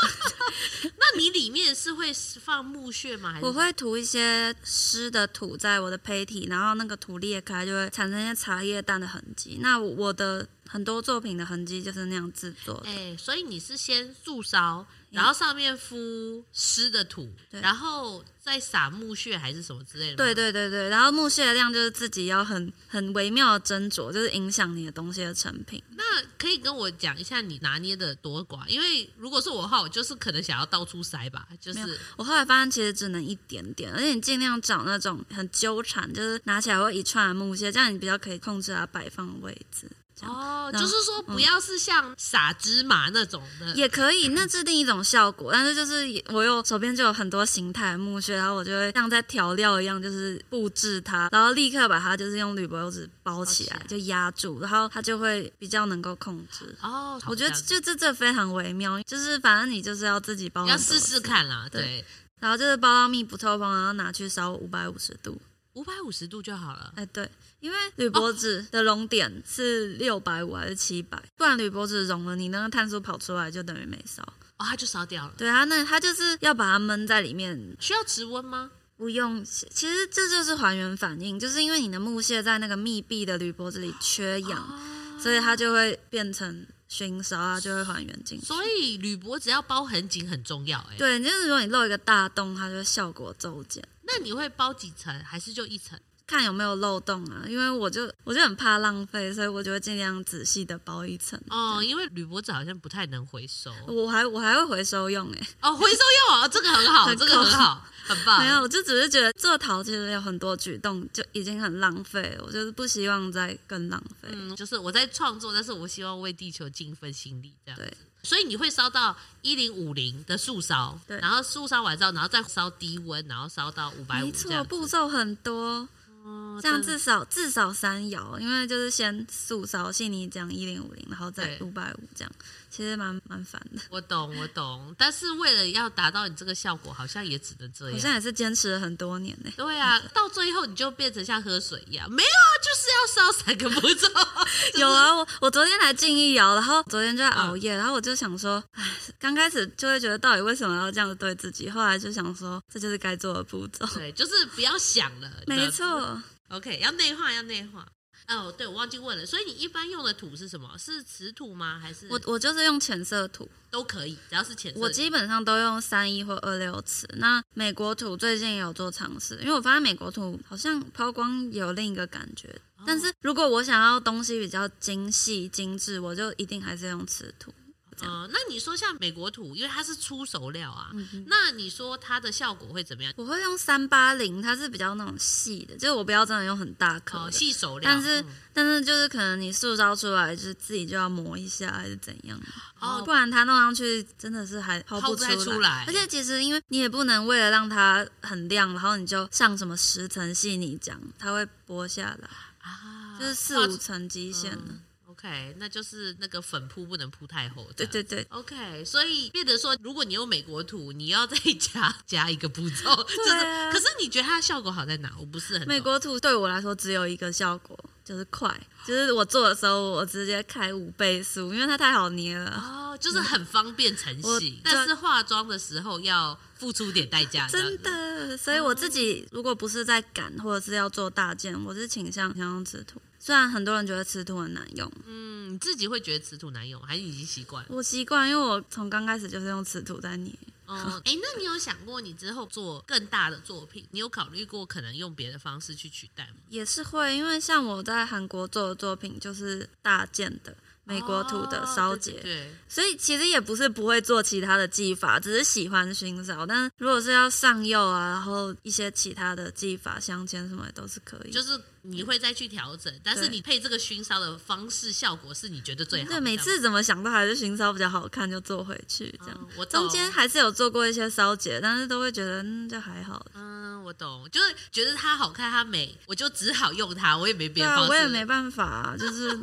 [SPEAKER 1] 那你里面是会放木屑吗？还是
[SPEAKER 2] 我会涂一些湿的土在我的胚体，然后那个土裂开就会产生一些茶叶蛋的痕迹。那我我的很多作品的痕迹就是那样制作的。
[SPEAKER 1] 哎、所以你是先素烧，然后上面敷湿的土，
[SPEAKER 2] 嗯对
[SPEAKER 1] 然后再撒木屑还是什么之类的吗？
[SPEAKER 2] 对对对对，然后木屑的量就是自己要很很微妙的斟酌，就是影响你的东西的成品。
[SPEAKER 1] 那可以跟我讲一下你拿捏的多寡，因为如果是我的话，我就是可能想要到处塞吧，就
[SPEAKER 2] 没有
[SPEAKER 1] 是
[SPEAKER 2] 我后来发现其实只能一点点，而且你尽量找那种很纠缠，就是拿起来会一串的木屑，这样你比较可以控制它摆放的位置。这样
[SPEAKER 1] 哦，
[SPEAKER 2] 然
[SPEAKER 1] 就
[SPEAKER 2] 后
[SPEAKER 1] 是说不要是像撒芝麻那种的，
[SPEAKER 2] 也可以，那是另一种效果。但是就是也我有手边就有很多形态的木屑，然后我就会像在调料一样，就是布置它，然后立刻把它就是用铝箔纸包起来
[SPEAKER 1] 包，起
[SPEAKER 2] 就压住，然后它就会比较能够控制。
[SPEAKER 1] 哦，
[SPEAKER 2] 我觉得
[SPEAKER 1] 好这样
[SPEAKER 2] 就这这非常微妙，就是反正你就是要自己包，
[SPEAKER 1] 要试试，看啦，
[SPEAKER 2] 对
[SPEAKER 1] 对，
[SPEAKER 2] 然后就是包到密不透风，然后拿去烧五百五十度。
[SPEAKER 1] 五百五十度就好了。
[SPEAKER 2] 哎，对，因为铝箔纸的熔点是六百五还是七百，不然铝箔纸熔了，你那个碳素跑出来就等于没烧。
[SPEAKER 1] 哦，它就烧掉了。
[SPEAKER 2] 对啊，那它就是要把它闷在里面，
[SPEAKER 1] 需要持温吗？
[SPEAKER 2] 不用。其其实这就是还原反应，就是因为你的木屑在那个密闭的铝箔纸里缺氧，所以它就会变成熏烧啊，就会还原进去。
[SPEAKER 1] 所以铝箔只要包很紧很重要、哎，
[SPEAKER 2] 对，就是如果你漏一个大洞，它就会效果骤减。
[SPEAKER 1] 那你会包几层，还是就一层？
[SPEAKER 2] 看有没有漏洞啊，因为我就我就很怕浪费，所以我就会尽量仔细的包一层。
[SPEAKER 1] 哦，因为铝箔纸好像不太能回收。
[SPEAKER 2] 我还我还会回收用欸诶、
[SPEAKER 1] 哦，回收用 哦，这个很好，
[SPEAKER 2] 很
[SPEAKER 1] 这个很好，很棒。
[SPEAKER 2] 没有，我就只是觉得做陶其实有很多举动就已经很浪费了，我就是不希望再更浪费。
[SPEAKER 1] 嗯，就是我在创作，但是我希望为地球尽一份心力，这样。
[SPEAKER 2] 对，
[SPEAKER 1] 所以你会烧到一零五零的速烧，
[SPEAKER 2] 对
[SPEAKER 1] 然后速烧完之后，然后再烧低温，然后烧到五百五，
[SPEAKER 2] 没
[SPEAKER 1] 这
[SPEAKER 2] 错，
[SPEAKER 1] 样。
[SPEAKER 2] 步骤很多，
[SPEAKER 1] 哦
[SPEAKER 2] 这样
[SPEAKER 1] 真的
[SPEAKER 2] 至少至少三摇，因为就是先素烧悉尼浆一零五零，然后再
[SPEAKER 1] 对
[SPEAKER 2] 五百五这样，其实蛮蛮烦的。
[SPEAKER 1] 我懂，我懂。但是为了要达到你这个效果，好像也只能这
[SPEAKER 2] 好像
[SPEAKER 1] 样。
[SPEAKER 2] 也是坚持了很多年欸 呢、
[SPEAKER 1] 对啊，到最后你就变成像喝水一样，没有，啊，就是要烧三个步骤。
[SPEAKER 2] 有啊，我我昨天来进一窑，然后昨天就在
[SPEAKER 1] 啊
[SPEAKER 2] 熬夜，然后我就想说，唉，刚开始就会觉得到底为什么要这样对自己，后来就想说，这就是该做的步骤。
[SPEAKER 1] 对，就是不要想了。
[SPEAKER 2] 没。错，
[SPEAKER 1] OK，要内化，要内化。哦，对，我忘记问了。所以你一般用的土是什么？是瓷土吗？还是
[SPEAKER 2] 我我就是用浅色土，
[SPEAKER 1] 都可以，只要是浅色
[SPEAKER 2] 我
[SPEAKER 1] 的。
[SPEAKER 2] 基本上都用三一或二六尺。那美国土最近也有做尝试，因为我发现美国土好像抛光有另一个感觉。
[SPEAKER 1] 哦
[SPEAKER 2] 但是如果我想要东西比较精细精致，我就一定还是用瓷土。这
[SPEAKER 1] 嗯、那你说像美国土，因为它是出熟料啊，
[SPEAKER 2] 嗯哼
[SPEAKER 1] 那你说它的效果会怎么样？
[SPEAKER 2] 我会用三八零，它是比较那种细的，就是我不要真的用很大颗的。
[SPEAKER 1] 哦，细熟料，
[SPEAKER 2] 但是
[SPEAKER 1] 嗯、
[SPEAKER 2] 但是就是可能你塑造出来，就是自己就要磨一下还是怎样，
[SPEAKER 1] 哦
[SPEAKER 2] 不然它弄上去真的是还抛
[SPEAKER 1] 抛不
[SPEAKER 2] 出
[SPEAKER 1] 太出来
[SPEAKER 2] 而且其实因为你也不能为了让它很亮，然后你就上什么十层细泥浆，它会剥下来，
[SPEAKER 1] 啊，
[SPEAKER 2] 就是四五层极限了。
[SPEAKER 1] 嗯 OK，那就是那个粉扑不能铺太厚。
[SPEAKER 2] 对
[SPEAKER 1] 这样。
[SPEAKER 2] 对对，
[SPEAKER 1] OK，所以变得说，如果你用美国土，你要再加加一个步骤， 就是。
[SPEAKER 2] 啊
[SPEAKER 1] 可是你觉得它的效果好在哪？我不是很懂
[SPEAKER 2] 美国兔对我来说只有一个效果，就是快，就是我做的时候我直接开五倍速，因为它太好捏了。
[SPEAKER 1] 哦，就是很方便成
[SPEAKER 2] 我
[SPEAKER 1] 型，但是
[SPEAKER 2] 这
[SPEAKER 1] 化妆的时候要付出点代价。这样嗯
[SPEAKER 2] 真
[SPEAKER 1] 子
[SPEAKER 2] 的，所以我自己如果不是在赶或者是要做大件，我是倾向想用磁土。虽然很多人觉得磁土很难用，
[SPEAKER 1] 嗯，你自己会觉得瓷土难用，还是你已经习惯了？
[SPEAKER 2] 我习惯，因为我从刚开始就是用磁土在捏。
[SPEAKER 1] 哦，哎，那你有想过你之后做更大的作品？你有考虑过可能用别的方式去取代吗？
[SPEAKER 2] 也是会，因为像我在韩国做的作品就是大件的美国土的
[SPEAKER 1] 哦
[SPEAKER 2] 烧
[SPEAKER 1] 对
[SPEAKER 2] 结，
[SPEAKER 1] 对对，
[SPEAKER 2] 所以其实也不是不会做其他的技法，只是喜欢熏烧。但是如果是要上釉啊，然后一些其他的技法镶嵌什么的都是可以。
[SPEAKER 1] 就是你会再去调整，但是
[SPEAKER 2] 对
[SPEAKER 1] 你配这个熏烧的方式效果是你觉得最好的。
[SPEAKER 2] 对，每
[SPEAKER 1] 这样
[SPEAKER 2] 次怎么想都还是熏烧比较好看，就做回去这样。
[SPEAKER 1] 嗯我懂
[SPEAKER 2] 中间还是有做过一些烧结，但是都会觉得嗯就还好。
[SPEAKER 1] 嗯，我懂，就是觉得它好看，它美，我就只好用它，我也没别
[SPEAKER 2] 对
[SPEAKER 1] 的
[SPEAKER 2] 啊
[SPEAKER 1] 方，式。
[SPEAKER 2] 我也没办 法、啊，就是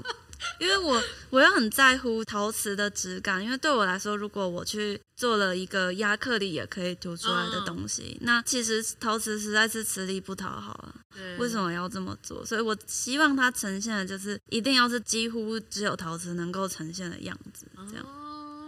[SPEAKER 2] 因为我我又很在乎陶瓷的质感，因为对我来说，如果我去做了一个亚克力也可以涂出来的
[SPEAKER 1] 嗯
[SPEAKER 2] 东西，那其实陶瓷实在是吃力不讨好啊。
[SPEAKER 1] 对
[SPEAKER 2] 为什么要这么做？所以我希望它呈现的就是一定要是几乎只有陶瓷能够呈现的样子，这样。嗯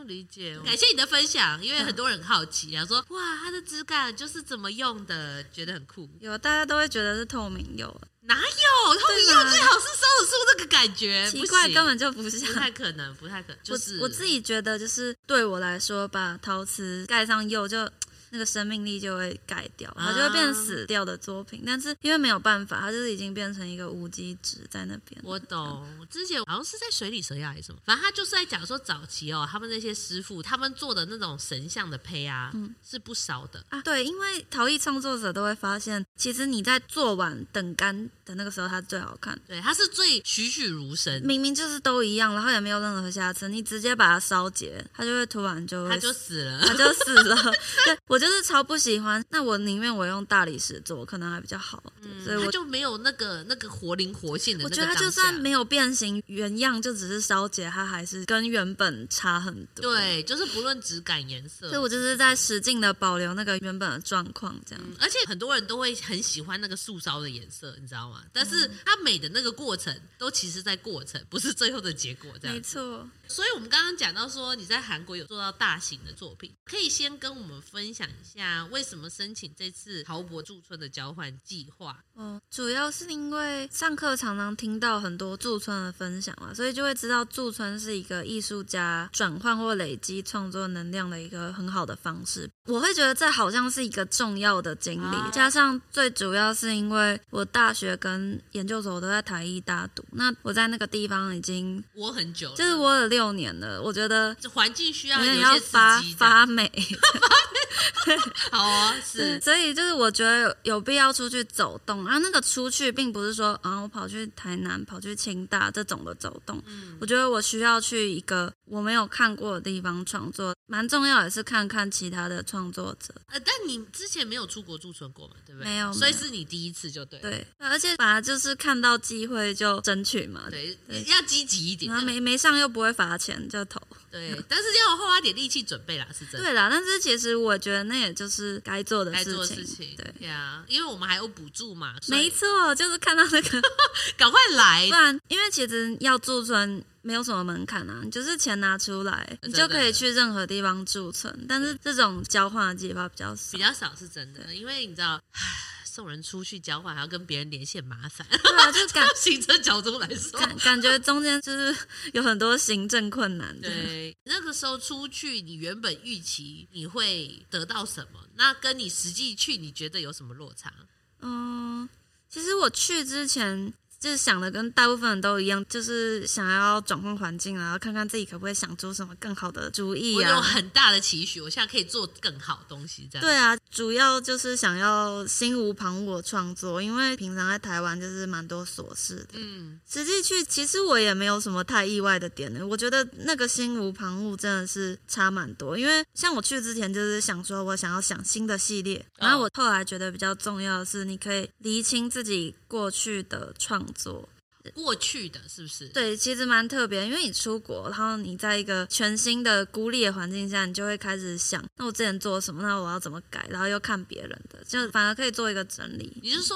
[SPEAKER 1] 哦，理解。感谢你的分享，因为很多人很好奇，想说哇，它的质感就是怎么用的，觉得很酷。
[SPEAKER 2] 有大家都会觉得是透明釉，
[SPEAKER 1] 哪有？透明
[SPEAKER 2] 对
[SPEAKER 1] 釉
[SPEAKER 2] 吧
[SPEAKER 1] 最好是烧得出那个感觉，
[SPEAKER 2] 奇
[SPEAKER 1] 哎不
[SPEAKER 2] 怪
[SPEAKER 1] 行
[SPEAKER 2] 根本就不
[SPEAKER 1] 不
[SPEAKER 2] 像。
[SPEAKER 1] 太可能，不太可能。就是
[SPEAKER 2] 我我自己觉得，就是对我来说，把陶瓷盖上釉就。那个生命力就会盖掉，它就会
[SPEAKER 1] 啊
[SPEAKER 2] 变成死掉的作品。但是因为没有办法，它就是已经变成一个无机质在那边。
[SPEAKER 1] 我懂，之前好像是在水里蛇呀还是什么，反正他就是在讲说早期哦，他们那些师傅他们做的那种神像的胚啊，
[SPEAKER 2] 嗯
[SPEAKER 1] 是不少的。
[SPEAKER 2] 啊，对，因为陶艺创作者都会发现，其实你在做完等干的那个时候，它是最好看的。
[SPEAKER 1] 对，它是最栩栩如生，
[SPEAKER 2] 明明就是都一样，然后也没有任何瑕疵，你直接把它烧结，它就会突然就
[SPEAKER 1] 它
[SPEAKER 2] 会
[SPEAKER 1] 就
[SPEAKER 2] 死
[SPEAKER 1] 死
[SPEAKER 2] 它
[SPEAKER 1] 了。
[SPEAKER 2] 就死了。 对我就是超不喜欢，那我宁愿我用大理石做，可能还比较好。对所以我
[SPEAKER 1] 它嗯就没有那个那个活灵活现的
[SPEAKER 2] 我
[SPEAKER 1] 那个
[SPEAKER 2] 觉得它就
[SPEAKER 1] 当下
[SPEAKER 2] 算没有变形原样，就只是烧结，它还是跟原本差很多。，
[SPEAKER 1] 对，就是不论质感、颜色
[SPEAKER 2] 所以，我就是在使劲的保留那个原本的状况，这样。
[SPEAKER 1] 嗯而且很多人都会很喜欢那个素烧的颜色，你知道吗？但
[SPEAKER 2] 嗯
[SPEAKER 1] 是它美的那个过程，都其实在过程，不是最后的结果，这样
[SPEAKER 2] 没。错，
[SPEAKER 1] 所以我们刚刚讲到说你在韩国有做到大型的作品，可以先跟我们分享一下为什么申请这次陶博驻村的交换计划？
[SPEAKER 2] 哦，主要是因为上课常常听到很多驻村的分享啊嘛，所以就会知道驻村是一个艺术家转换或累积创作能量的一个很好的方式。我会觉得这好像是一个重要的经历，
[SPEAKER 1] 啊
[SPEAKER 2] 加上最主要是因为我大学跟研究所都在台艺大读，那我在那个地方已经
[SPEAKER 1] 我很久了，
[SPEAKER 2] 就是我有六年了，我觉得
[SPEAKER 1] 这环境需要
[SPEAKER 2] 有
[SPEAKER 1] 有
[SPEAKER 2] 点
[SPEAKER 1] 一
[SPEAKER 2] 要
[SPEAKER 1] 些
[SPEAKER 2] 发
[SPEAKER 1] 刺激的，
[SPEAKER 2] 发霉。
[SPEAKER 1] 好哦，
[SPEAKER 2] 对，
[SPEAKER 1] 是
[SPEAKER 2] 所以就是我觉得有有必要出去走动，啊然后那个出去并不是说，啊、我跑去台南、跑去清大这种的走动。
[SPEAKER 1] 嗯
[SPEAKER 2] 我觉得我需要去一个我没有看过的地方创作，蛮重要，也是看看其他的创作者。
[SPEAKER 1] 呃，但你之前没有出国驻村过嘛？对不对？
[SPEAKER 2] 没有
[SPEAKER 1] 所以
[SPEAKER 2] 没有
[SPEAKER 1] 是你第一次就对了。
[SPEAKER 2] 对，而且反而就是看到机会就争取嘛，
[SPEAKER 1] 对，
[SPEAKER 2] 对
[SPEAKER 1] 要积极一点
[SPEAKER 2] 然。后没没上又不会罚钱，就投。
[SPEAKER 1] 对，但是要花点力气准备啦，是真的。
[SPEAKER 2] 对啦，但是其实我觉得那也就是该做的
[SPEAKER 1] 该
[SPEAKER 2] 事
[SPEAKER 1] 做的
[SPEAKER 2] 情。
[SPEAKER 1] 事情，
[SPEAKER 2] 对，
[SPEAKER 1] 呀因为我们还有补助嘛，所以
[SPEAKER 2] 没错，就是看到那个
[SPEAKER 1] 赶快来
[SPEAKER 2] 不，然，因为其实要驻村没有什么门槛啊，你就是钱拿出来，
[SPEAKER 1] 真的
[SPEAKER 2] 你就可以去任何地方驻村。但是这种交换的计划比较 少
[SPEAKER 1] 比，较少是真的，因为你知道，唉送人出去交换还要跟别人连线，麻烦。
[SPEAKER 2] 对啊，就感
[SPEAKER 1] 行政角度来说，
[SPEAKER 2] 感感觉中间就是 有很多行政困难的。
[SPEAKER 1] 对，那个时候出去，你原本预期你会得到什么，那跟你实际去，你觉得有什么落差？
[SPEAKER 2] 嗯，其实我去之前。就是想的跟大部分人都一样，就是想要转换环境啊，然后看看自己可不可以想出什么更好的主意
[SPEAKER 1] 我
[SPEAKER 2] 啊。
[SPEAKER 1] 有很大的期许，我现在可以做更好东西，这样。
[SPEAKER 2] 对啊，主要就是想要心无旁骛地创作，因为平常在台湾就是蛮多琐事的。
[SPEAKER 1] 嗯，
[SPEAKER 2] 实际去，其实我也没有什么太意外的点呢。我觉得那个心无旁骛真的是差蛮多，因为像我去之前就是想说我想要想新的系列，
[SPEAKER 1] 哦
[SPEAKER 2] 然后我后来觉得比较重要的是，你可以厘清自己过去的创作。
[SPEAKER 1] 过去的是不是？
[SPEAKER 2] 对，其实蛮特别，因为你出国，然后你在一个全新的孤立的环境下，你就会开始想，那我之前做什么，那我要怎么改，然后又看别人的，就反而可以做一个整理。
[SPEAKER 1] 你是说，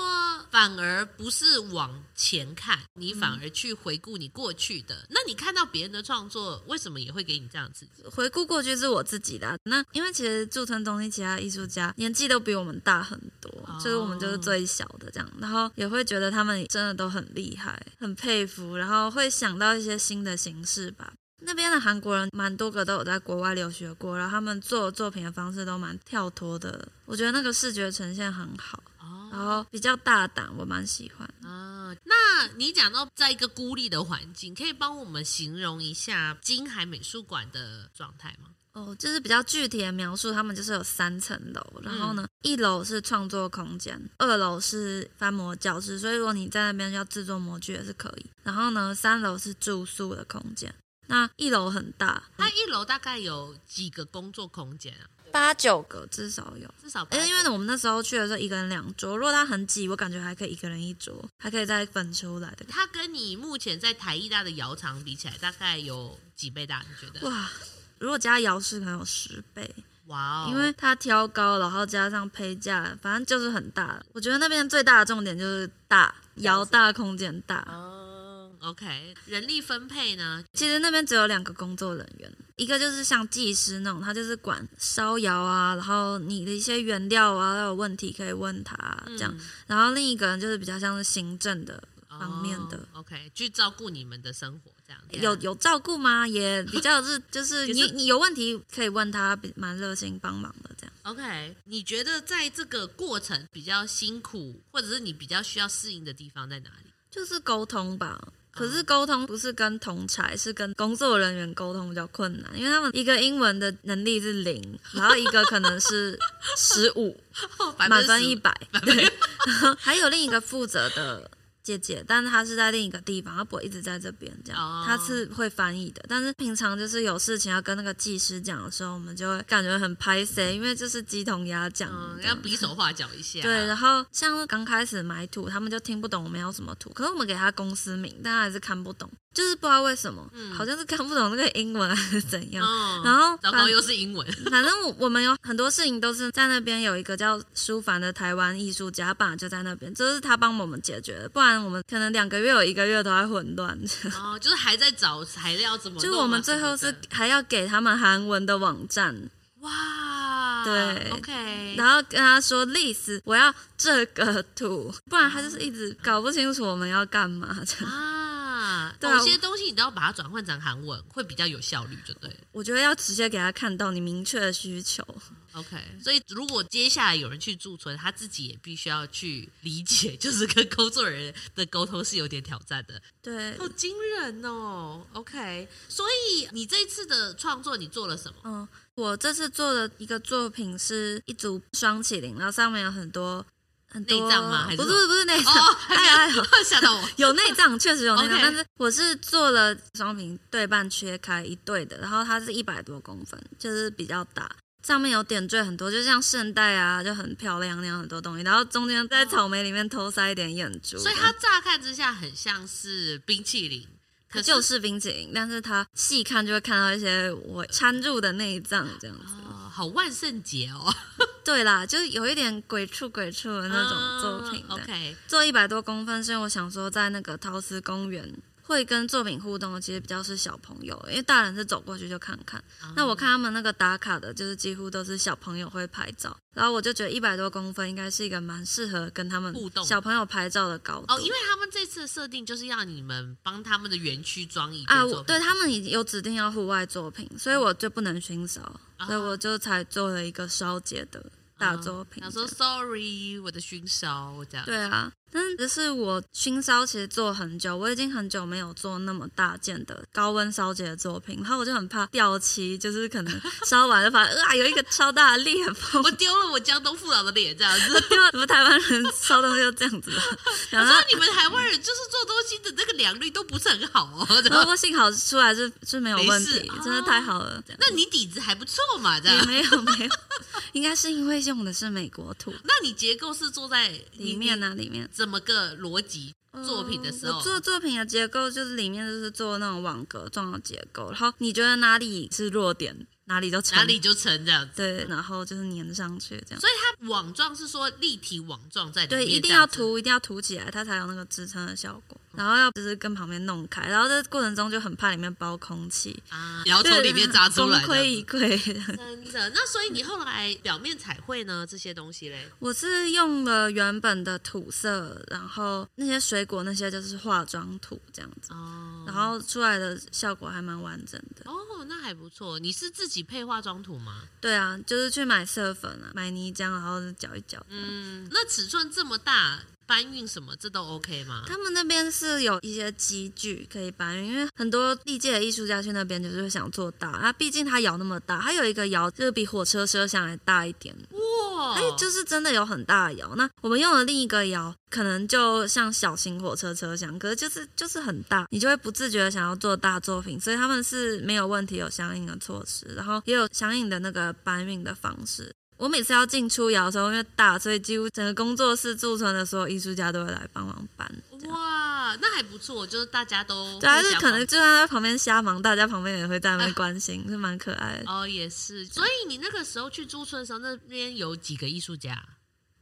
[SPEAKER 1] 反而不是往前看，你
[SPEAKER 2] 嗯
[SPEAKER 1] 反而去回顾你过去的？那你看到别人的创作，为什么也会给你这样子？
[SPEAKER 2] 回顾过去是我自己的啊、那因为其实驻村中心其他艺术家年纪都比我们大很多，就是我们就是最小的这样，然后也会觉得他们真的都很厉害，很佩服，然后会想到一些新的形式吧。那边的韩国人蛮多个都有在国外留学过，然后他们做作品的方式都蛮跳脱的，我觉得那个视觉呈现很好，然
[SPEAKER 1] 哦
[SPEAKER 2] 后比较大胆，我蛮喜欢。
[SPEAKER 1] 啊，那你讲到在一个孤立的环境，可以帮我们形容一下金海美术馆的状态吗？
[SPEAKER 2] 哦，就是比较具体的描述，他们就是有三层楼，然后呢，一楼是创作空间，二楼是翻模教室，所以如果你在那边要制作模具也是可以。然后呢，三楼是住宿的空间。那一楼很大，
[SPEAKER 1] 它一楼大概有几个工作空间啊？
[SPEAKER 2] 八九个至少有。
[SPEAKER 1] 至少八
[SPEAKER 2] 哎，因为我们那时候去的时候一个人两桌，如果他很挤，我感觉还可以一个人一桌，还可以再分出来的。
[SPEAKER 1] 它跟你目前在台艺大的窑厂比起来，大概有几倍大？你觉得？
[SPEAKER 2] 哇，如果加摇式可能有十倍。
[SPEAKER 1] 哇哦！
[SPEAKER 2] 因为它挑高，然后加上配架，反正就是很大。我觉得那边最大的重点就是大，摇大空间大。
[SPEAKER 1] 哦，OK，人力分配呢？
[SPEAKER 2] 其实那边只有两个工作人员，一个就是像技师那种，他就是管烧窑啊，然后你的一些原料啊，有问题可以问他这
[SPEAKER 1] 嗯
[SPEAKER 2] 样。然后另一个人就是比较像是行政的。方面的
[SPEAKER 1] 哦 OK，去照顾你们的生活这样。
[SPEAKER 2] 有有照顾吗？也比较是，就 是
[SPEAKER 1] 也
[SPEAKER 2] 你
[SPEAKER 1] 是
[SPEAKER 2] 你有问题可以问他，比蛮热心帮忙的这样。
[SPEAKER 1] OK，你觉得在这个过程比较辛苦，或者是你比较需要适应的地方在哪里？
[SPEAKER 2] 就是沟通吧。
[SPEAKER 1] 嗯
[SPEAKER 2] 可是沟通不是跟同才，是跟工作人员沟通比较困难，因为他们一个英文的能力是 零，然后一个可能是十五，满分一
[SPEAKER 1] 15%
[SPEAKER 2] 百，对，还有另一个负责的姐姐，但是她是在另一个地方，她不会一直在这边这
[SPEAKER 1] 哦
[SPEAKER 2] 样，她是会翻译的，但是平常就是有事情要跟那个技师讲的时候，我们就会感觉很拍谁，因为就是鸡同鸭讲，
[SPEAKER 1] 嗯，
[SPEAKER 2] 这
[SPEAKER 1] 要
[SPEAKER 2] 样
[SPEAKER 1] 比手画脚一下。啊
[SPEAKER 2] 对，然后像刚开始买土，他们就听不懂我们要什么土，可是我们给他公司名，但他还是看不懂，就是不知道为什么，好像是看不懂那个英文还是怎样。
[SPEAKER 1] 嗯，
[SPEAKER 2] 然后
[SPEAKER 1] 糟糕，
[SPEAKER 2] 反
[SPEAKER 1] 又是英 文。
[SPEAKER 2] 反正我我们有很多事情都是在那边有一个叫舒凡的台湾艺术家，他本来就在那边，就是他帮我们解决的，不然我们可能两个月有一个月都在混乱。
[SPEAKER 1] 哦，就是还在找材料怎么弄啊什么的。
[SPEAKER 2] 就我们最后是还要给他们韩文的网站，
[SPEAKER 1] 哇，
[SPEAKER 2] 对
[SPEAKER 1] ，OK，啊
[SPEAKER 2] 然后跟他说丽丝，我要这个图，不然他就是一直搞不清楚我们要干嘛这样。
[SPEAKER 1] 啊，
[SPEAKER 2] 对啊
[SPEAKER 1] 有些东西你都要把它转换成韩文，会比较有效率，就对了。
[SPEAKER 2] 我觉得要直接给他看到你明确的需求，
[SPEAKER 1] OK，所以如果接下来有人去驻村，他自己也必须要去理解， 就是跟工作人员的沟通是有点挑战的，
[SPEAKER 2] 对，
[SPEAKER 1] 好惊人哦。OK，所以你这一次的创作你做了 什么？
[SPEAKER 2] 嗯，我这次做的一个作品是一组双麒麟，然后上面有很多很多
[SPEAKER 1] 内脏吗还是
[SPEAKER 2] 不
[SPEAKER 1] 什
[SPEAKER 2] 是不是内脏，
[SPEAKER 1] 哦，
[SPEAKER 2] 哎
[SPEAKER 1] 还
[SPEAKER 2] 哎
[SPEAKER 1] 没
[SPEAKER 2] 呦
[SPEAKER 1] 有 吓到我。
[SPEAKER 2] 有内脏，确实有内
[SPEAKER 1] OK
[SPEAKER 2] 脏，但是我是做了双屏对半切开一对的，然后它是一百多公分，就是比较大，上面有点缀很多，就像圣代啊，就很漂亮那样很多东西，然后中间在草莓里面偷塞一点眼珠，
[SPEAKER 1] 所以它乍看之下很像是冰淇淋，可
[SPEAKER 2] 它
[SPEAKER 1] 是
[SPEAKER 2] 就是冰淇淋，但是它细看就会看到一些我掺入的内脏这样子，
[SPEAKER 1] 哦，好万圣节 哦，
[SPEAKER 2] 对啦，就是有一点鬼畜鬼畜的那种作品
[SPEAKER 1] 嗯
[SPEAKER 2] 这样。
[SPEAKER 1] OK，
[SPEAKER 2] 做一百多公分，是因为我想说，在那个陶瓷公园会跟作品互动的，其实比较是小朋友，因为大人是走过去就看看。
[SPEAKER 1] 哦嗯
[SPEAKER 2] 那我看他们那个打卡的，就是几乎都是小朋友会拍照，然后我就觉得一百多公分应该是一个蛮适合跟他们
[SPEAKER 1] 互动
[SPEAKER 2] 小朋友拍照的高度。
[SPEAKER 1] 哦，因为他们这次的设定就是要你们帮他们的园区装一
[SPEAKER 2] 啊，
[SPEAKER 1] 件
[SPEAKER 2] 我
[SPEAKER 1] 作品嗯
[SPEAKER 2] 对他们已经有指定要户外作品，所以我就不能熏烧，
[SPEAKER 1] 啊
[SPEAKER 2] 所以我就才做了一个烧结的大作品。
[SPEAKER 1] 他嗯说 sorry，我的熏烧这样。
[SPEAKER 2] 对啊，但是只是我熏烧其实做很久，我已经很久没有做那么大件的高温烧结的作品，然后我就很怕掉漆，就是可能烧完就发现 啊有一个超大的裂缝
[SPEAKER 1] 我。丢了我江东父老的脸这样子，
[SPEAKER 2] 对啊，怎么台湾人烧东西就这样子啊？然
[SPEAKER 1] 我
[SPEAKER 2] 后
[SPEAKER 1] 说，你们台湾人就是做东西的那个良率都不是很好哦。 这
[SPEAKER 2] 然后不
[SPEAKER 1] 样
[SPEAKER 2] 过幸好出来是是没有问
[SPEAKER 1] 没事哦
[SPEAKER 2] 题，真的太好了。这样
[SPEAKER 1] 那你底子还不错嘛，这
[SPEAKER 2] 也
[SPEAKER 1] 样。
[SPEAKER 2] 没有没有，应该是因为用的是美国土
[SPEAKER 1] 那你结构是做在你
[SPEAKER 2] 里面呢、啊里面。
[SPEAKER 1] 怎么个逻辑？作品的时候
[SPEAKER 2] 嗯我做作品的结构就是里面就是做那种网格状的结构，然后你觉得哪里是弱点，哪里就成
[SPEAKER 1] 哪里就成这样子？
[SPEAKER 2] 对，然后就是粘上去这样。
[SPEAKER 1] 所以它网状是说立体网状在里面，
[SPEAKER 2] 对，一定要。涂，一定要涂起来，它才有那个支撑的效果。然后要就是跟旁边弄开，然后这过程中就很怕里面包空气，
[SPEAKER 1] 啊，然后从里面扎 出来
[SPEAKER 2] 功亏
[SPEAKER 1] 的。
[SPEAKER 2] 一篑。
[SPEAKER 1] 真的，那所以你后来表面彩绘呢这些东西嘞？
[SPEAKER 2] 我是用了原本的土色，然后那些水果那些就是化妆土这样子，
[SPEAKER 1] 哦
[SPEAKER 2] 然后出来的效果还蛮完整的。
[SPEAKER 1] 哦，那还不错。你是自己配化妆土吗？
[SPEAKER 2] 对啊，就是去买色粉啊，买泥浆，然后搅一搅。
[SPEAKER 1] 嗯，那尺寸这么大，搬运什么这都 OK 吗？
[SPEAKER 2] 他们那边是有一些机具可以搬运，因为很多历届的艺术家去那边就是会想做大，啊，毕竟它摇那么大，它有一个摇就是比火车车厢还大一点，
[SPEAKER 1] 哇
[SPEAKER 2] 哎，
[SPEAKER 1] 嗯
[SPEAKER 2] 就是真的有很大的摇。那我们用的另一个摇可能就像小型火车车厢，可是就是就是很大，你就会不自觉的想要做大作品，所以他们是没有问题有相应的措施，然后也有相应的那个搬运的方式。我每次要进出窑的时候，因为大，所以几乎整个工作室驻村的所有艺术家都会来帮忙搬。
[SPEAKER 1] 哇，那还不错，就是大家都
[SPEAKER 2] 对啊，
[SPEAKER 1] 互
[SPEAKER 2] 就
[SPEAKER 1] 相
[SPEAKER 2] 可能
[SPEAKER 1] 帮
[SPEAKER 2] 就算在旁边瞎忙，大家旁边也会在那边关心，是蛮可爱的。
[SPEAKER 1] 哦也是。所以你那个时候去驻村的时候，那边有几个艺术家？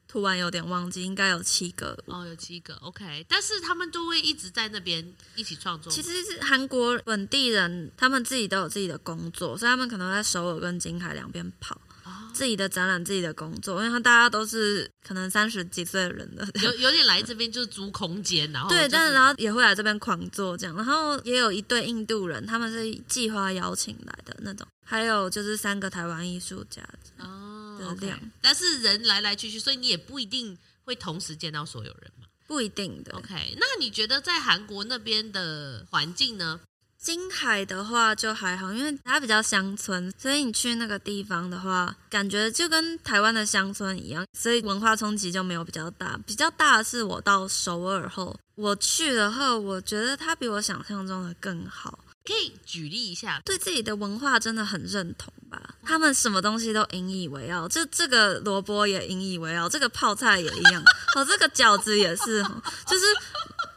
[SPEAKER 2] 突然有点忘记，应该有七个。
[SPEAKER 1] 哦，有七个 OK，但是他们都会一直在那边一起创作。
[SPEAKER 2] 其实是韩国本地人，他们自己都有自己的工作，所以他们可能在首尔跟金海两边跑，
[SPEAKER 1] 哦
[SPEAKER 2] 自己的展览、自己的工作，因为他大家都是可能三十几岁的人了。
[SPEAKER 1] 有有点来这边就是租空间，然后
[SPEAKER 2] 对，
[SPEAKER 1] 哦就
[SPEAKER 2] 但是
[SPEAKER 1] 是
[SPEAKER 2] 然后也会来这边狂做这样，然后也有一对印度人，他们是计划邀请来的那种，还有就是三个台湾艺术家，
[SPEAKER 1] 哦
[SPEAKER 2] 的
[SPEAKER 1] OK
[SPEAKER 2] 量
[SPEAKER 1] 但是人来来去去，所以你也不一定会同时见到所有人嘛。
[SPEAKER 2] 不一定的。
[SPEAKER 1] OK，那你觉得在韩国那边的环境呢？
[SPEAKER 2] 金海的话就还好，因为它比较乡村，所以你去那个地方的话，感觉就跟台湾的乡村一样，所以文化冲击就没有比较大。比较大的是我到首尔后，我去了后，我觉得它比我想象中的更好，
[SPEAKER 1] 可以举例一下，
[SPEAKER 2] 对自己的文化真的很认同吧。他们什么东西都引以为傲，这这个萝卜也引以为傲，这个泡菜也一样，哦，这个饺子也是，哦就是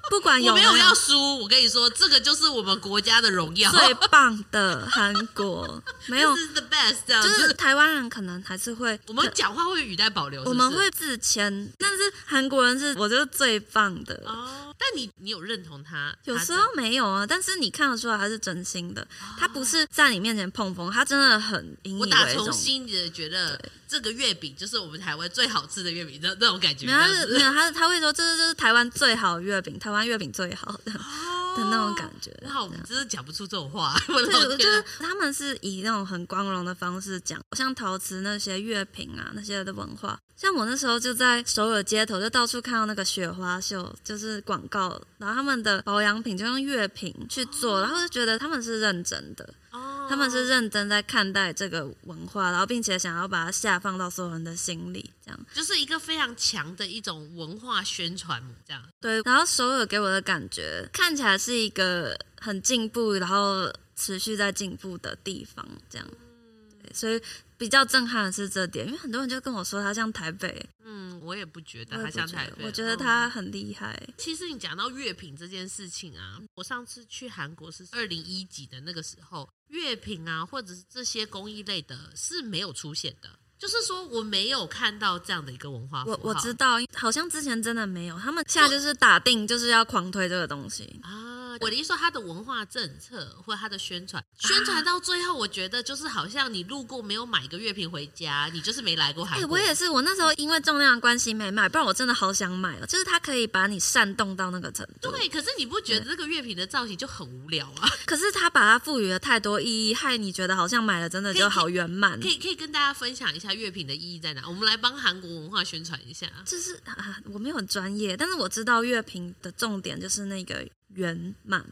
[SPEAKER 2] 不管有
[SPEAKER 1] 我没有要输，我跟你说，这个就是我们国家的荣耀，
[SPEAKER 2] 最棒的韩国，没有
[SPEAKER 1] This is the best，这样
[SPEAKER 2] 啊就
[SPEAKER 1] 子。
[SPEAKER 2] 是台湾人可能还是会，
[SPEAKER 1] 我们讲话会语带保留，
[SPEAKER 2] 我
[SPEAKER 1] 是不
[SPEAKER 2] 们
[SPEAKER 1] 是
[SPEAKER 2] 会自谦，但是韩国人是我就是最棒的。
[SPEAKER 1] 哦，但但你你有认同他？
[SPEAKER 2] 有
[SPEAKER 1] 他
[SPEAKER 2] 时
[SPEAKER 1] 的啊
[SPEAKER 2] 候没有啊，但是你看得出来他是真心的，他不是在你面前碰碰，他真的很引以
[SPEAKER 1] 我打
[SPEAKER 2] 为
[SPEAKER 1] 从
[SPEAKER 2] 重。
[SPEAKER 1] 心里的觉得这个月饼就是我们台湾最好吃的月饼，那那种感觉
[SPEAKER 2] 没有，他
[SPEAKER 1] 这样
[SPEAKER 2] 是
[SPEAKER 1] 子
[SPEAKER 2] 没有，他他会说这是这是台湾最好的月饼，台湾月饼最好的的
[SPEAKER 1] 哦
[SPEAKER 2] 那种感觉。
[SPEAKER 1] 哇，我们真的讲不出这种话，我
[SPEAKER 2] 对，
[SPEAKER 1] 老
[SPEAKER 2] 我
[SPEAKER 1] 觉
[SPEAKER 2] 就是
[SPEAKER 1] 得
[SPEAKER 2] 他们是以那种很光荣的方式讲，像陶瓷那些乐评啊那些的文化。像我那时候就在首尔街头，就到处看到那个雪花秀，就是广告，然后他们的保养品就用乐评去做，然后就觉得他们是认真的，
[SPEAKER 1] 哦
[SPEAKER 2] 他们是认真在看待这个文化，然后并且想要把它下放到所有人的心里，这样。
[SPEAKER 1] 就是一个非常强的一种文化宣传，这样
[SPEAKER 2] 对，然后首尔给我的感觉看起来是一个很进步，然后持续在进步的地方，这样，
[SPEAKER 1] 嗯
[SPEAKER 2] 对，所以比较震撼的是这点，因为很多人就跟我说它像台北，
[SPEAKER 1] 嗯，我也不觉得
[SPEAKER 2] 我也
[SPEAKER 1] 他
[SPEAKER 2] 不
[SPEAKER 1] 像
[SPEAKER 2] 觉
[SPEAKER 1] 台
[SPEAKER 2] 得
[SPEAKER 1] 北，
[SPEAKER 2] 我觉得
[SPEAKER 1] 嗯
[SPEAKER 2] 它很厉害，
[SPEAKER 1] 其实你讲到月饼这件事情啊，我上次去韩国是二零一几的那个时候，月饼啊，或者是这些工艺类的是没有出现的，就是说我没有看到这样的一个文化符
[SPEAKER 2] 我
[SPEAKER 1] 号。
[SPEAKER 2] 我知道，好像之前真的没有，他们现在就是打定就是要狂推这个东西，
[SPEAKER 1] 啊，我的意思说他的文化政策或他的宣传，宣
[SPEAKER 2] 啊
[SPEAKER 1] 传到最后，我觉得就是好像你路过没有买个月饼回家，你就是没来过韩
[SPEAKER 2] 哎、
[SPEAKER 1] 国。
[SPEAKER 2] 我也是，我那时候因为重量的关系没买，不然我真的好想买哦了，就是它可以把你煽动到那个程度，
[SPEAKER 1] 对，可是你不觉得这个月饼的造型就很无聊啊？
[SPEAKER 2] 可是它把它赋予了太多意义，害你觉得好像买了真的
[SPEAKER 1] 可以
[SPEAKER 2] 就好圆满
[SPEAKER 1] 可。以可以跟大家分享一下月饼的意义在哪？我们来帮韩国文化宣传一下。
[SPEAKER 2] 就是啊，我没有很专业，但是我知道乐评的重点就是那个圆满，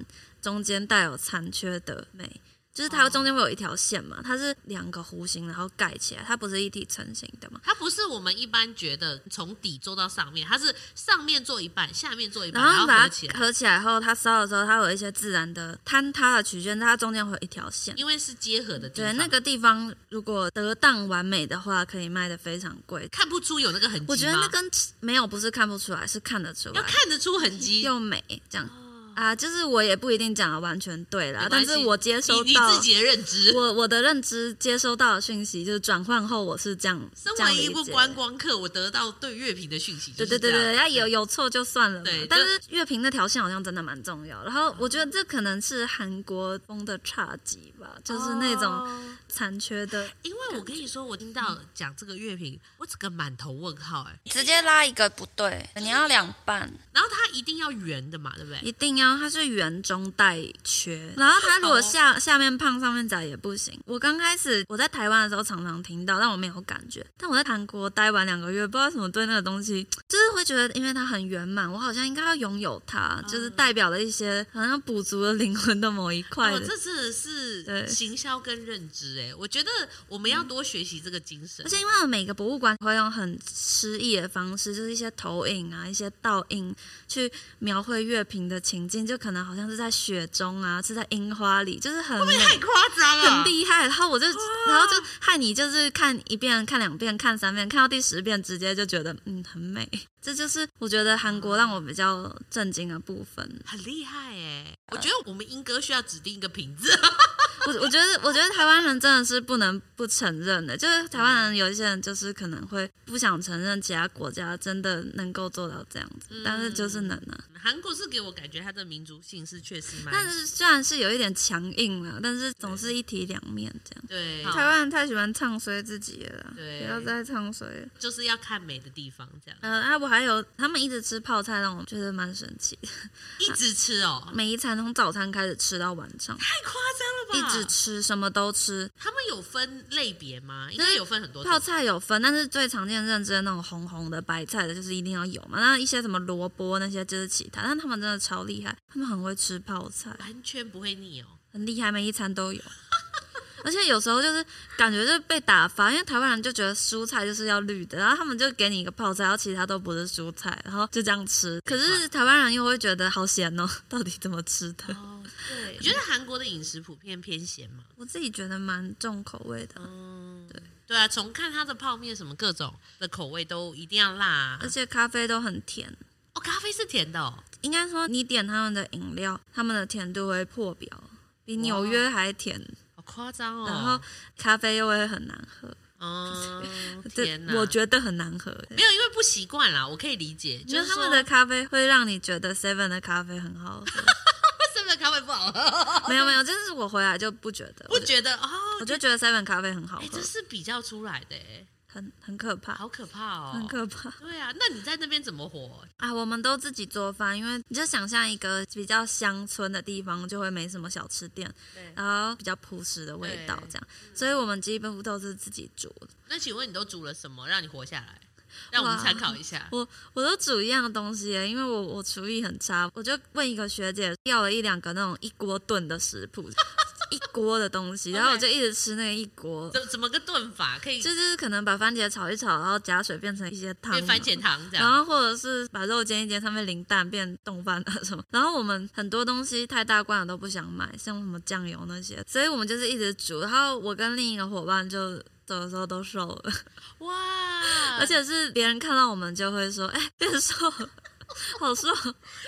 [SPEAKER 2] 中间带有残缺的美，就是它
[SPEAKER 1] 哦
[SPEAKER 2] 中间会有一条线嘛，它是两个弧形然后盖起来，它不是一体成型的嘛。
[SPEAKER 1] 它不是我们一般觉得从底做到上面，它是上面做一半，下面做一半，
[SPEAKER 2] 然
[SPEAKER 1] 哦然
[SPEAKER 2] 后
[SPEAKER 1] 后
[SPEAKER 2] 你把
[SPEAKER 1] 合
[SPEAKER 2] 它
[SPEAKER 1] 起来，
[SPEAKER 2] 合起来后，它烧的时候，它有一些自然的坍塌的曲线，但它中间会有一条线。
[SPEAKER 1] 因为是结合的地
[SPEAKER 2] 对，
[SPEAKER 1] 方，
[SPEAKER 2] 那个地方如果得当完美的话，可以卖的非常贵。
[SPEAKER 1] 看不出有那个痕迹吗
[SPEAKER 2] 我觉得那跟没有不是看不出来，是看得出来
[SPEAKER 1] 要。看得出痕迹。
[SPEAKER 2] 又美这样啊，就是我也不一定讲的完全对
[SPEAKER 1] 哦
[SPEAKER 2] 啦
[SPEAKER 1] 没，关
[SPEAKER 2] 啊但
[SPEAKER 1] 系
[SPEAKER 2] 是我接收
[SPEAKER 1] 你你
[SPEAKER 2] 到
[SPEAKER 1] 自己的认知，
[SPEAKER 2] 我我的认知接收到的讯息就是转换后我是这样
[SPEAKER 1] 身
[SPEAKER 2] 这样
[SPEAKER 1] 为
[SPEAKER 2] 理
[SPEAKER 1] 一部
[SPEAKER 2] 解
[SPEAKER 1] 观光客，我得到对乐评的讯息就
[SPEAKER 2] 对
[SPEAKER 1] 是
[SPEAKER 2] 对
[SPEAKER 1] 这样，
[SPEAKER 2] 对对，要有有错就算了嘛
[SPEAKER 1] 对。
[SPEAKER 2] 但
[SPEAKER 1] 就是哦
[SPEAKER 2] 乐评那条线好像真的蛮重要。然后我觉得这可能是韩国风的差级吧，就是那种
[SPEAKER 1] 哦
[SPEAKER 2] 残缺的，
[SPEAKER 1] 因为我跟你说，我听到讲这个乐评，我整个满头问号哎、
[SPEAKER 2] 直接拉一个不对，你要两半，
[SPEAKER 1] 然后它一定要圆的嘛，对不对？
[SPEAKER 2] 一定要，它是圆中带缺，然后它如
[SPEAKER 1] 哦
[SPEAKER 2] 果下下面胖上面窄也不行。我刚开始我在台湾的时候常常听到，但我没有感觉。但我在韩国待完两个月，不知道为什么对那个东西，就是会觉得，因为它很圆满，我好像应该要拥有它，
[SPEAKER 1] 嗯
[SPEAKER 2] 就是代表了一些好像补足了灵魂的某一块
[SPEAKER 1] 哦，
[SPEAKER 2] 的。
[SPEAKER 1] 这真的是
[SPEAKER 2] 对嗯
[SPEAKER 1] 行销跟认知哎、我觉得我们要多学习这个精神
[SPEAKER 2] 而。且因为每个博物馆会用很诗意的方式，就是一些投影啊、一些倒影去描绘乐评的情境，就可能好像是在雪中啊，是在樱花里，就是很美。
[SPEAKER 1] 太夸张了，
[SPEAKER 2] 很厉害，然后我就，然后就害你就是看一遍、看两遍、看三遍，看到第十遍，直接就觉得嗯很美。这就是我觉得韩国让我比较震惊的部分。
[SPEAKER 1] 很厉害哎！我觉得我们英歌需要指定一个瓶子，
[SPEAKER 2] 我我觉得，我觉得台湾人真的是不能不承认的，就是台湾人有一些人就是可能会不想承认其他国家真的能够做到这样
[SPEAKER 1] 嗯
[SPEAKER 2] 子，但是就是能啊。
[SPEAKER 1] 韩国是给我感觉它的民族性是确实蛮，
[SPEAKER 2] 但是虽然是有一点强硬了，但是总是一体两面这样。
[SPEAKER 1] 对，
[SPEAKER 2] 台湾人太喜欢唱衰自己了啦，
[SPEAKER 1] 对
[SPEAKER 2] 不要再唱衰了。
[SPEAKER 1] 就是要看美的地方，这样
[SPEAKER 2] 呃，啊，我还有他们一直吃泡菜，让我觉得蛮神奇的。
[SPEAKER 1] 一直吃哦，
[SPEAKER 2] 每一餐从早餐开始吃到晚上，
[SPEAKER 1] 太夸张
[SPEAKER 2] 一
[SPEAKER 1] 了吧！
[SPEAKER 2] 直吃，什么都吃。
[SPEAKER 1] 他们有分类别吗？应该有分很多种
[SPEAKER 2] 泡菜有分，但是最常见认知的那种红红的白菜的，就是一定要有嘛。那一些什么萝卜那些就是其他，但他们真的超厉害，他们很会吃泡菜，
[SPEAKER 1] 完全不会腻哦。
[SPEAKER 2] 很厉害，每一餐都有。 而且有时候就是感觉就是被打发，因为台湾人就觉得蔬菜就是要绿的，然后他们就给你一个泡菜，然后其他都不是蔬菜，然后就这样吃。可是台湾人又会觉得好咸哦， 到底怎么吃的？
[SPEAKER 1] 哦，对，你觉得韩国的饮食普遍偏咸吗？
[SPEAKER 2] 我自己觉得蛮重口味的，
[SPEAKER 1] 嗯，对，对啊，从看它的泡面什么各种的口味都一定要辣啊
[SPEAKER 2] 而。且咖啡都很甜。
[SPEAKER 1] 哦，咖啡是甜的哦，
[SPEAKER 2] 应该说，你点他们的饮料，他们的甜度会破表，比纽约还甜。
[SPEAKER 1] 好夸张哦。
[SPEAKER 2] 然后咖啡又会很难喝，
[SPEAKER 1] 嗯 哦，
[SPEAKER 2] 这
[SPEAKER 1] 天哪！
[SPEAKER 2] 我觉得很难喝。
[SPEAKER 1] 没有，因为不习惯啦，我可以理解。
[SPEAKER 2] 就
[SPEAKER 1] 就是是
[SPEAKER 2] 他们
[SPEAKER 1] 说
[SPEAKER 2] 的咖啡会让你觉得 Seven 的咖啡很好 喝，
[SPEAKER 1] 为什么咖 啡不好喝？
[SPEAKER 2] 没有没有，就是我回来就不觉得，
[SPEAKER 1] 不觉 得哦？
[SPEAKER 2] 我就觉得 Seven 咖啡很好
[SPEAKER 1] 哎，
[SPEAKER 2] 喝
[SPEAKER 1] 这，是比较出来的，哎，
[SPEAKER 2] 很很可怕，
[SPEAKER 1] 好可怕哦！
[SPEAKER 2] 很可怕
[SPEAKER 1] 对啊，那你在那边怎么活？
[SPEAKER 2] 啊！我们都自己做饭，因为你就想象一个比较乡村的地方，就会没什么小吃店，
[SPEAKER 1] 对，
[SPEAKER 2] 然后比较朴实的味道
[SPEAKER 1] 对
[SPEAKER 2] 这样，所以我们基本上都是自己煮的。
[SPEAKER 1] 那请问你都煮了什么让你活下来？让我们
[SPEAKER 2] 哇
[SPEAKER 1] 参考一下。
[SPEAKER 2] 我我都煮一样东西耶，因为我我厨艺很差，我就问一个学姐要了一两个那种一锅炖的食谱， 一锅的东西，然后我
[SPEAKER 1] OK
[SPEAKER 2] 就一直吃那个一锅，
[SPEAKER 1] 怎怎么个炖法可以
[SPEAKER 2] 就是可能把番茄炒一炒，然后加水变成一些汤
[SPEAKER 1] 变
[SPEAKER 2] 嘛，
[SPEAKER 1] 番茄汤这
[SPEAKER 2] 然
[SPEAKER 1] 样？
[SPEAKER 2] 后或者是把肉煎一煎，上面淋蛋变冻饭啊什么。 然后我们很多东西太大罐了都不想买，像什么酱油那些，所以我们就是一直煮。然后我跟另一个伙伴就。走的时候都瘦了，
[SPEAKER 1] 哇！
[SPEAKER 2] 而且是别人看到我们就会说：“哎、变瘦了， 好瘦。”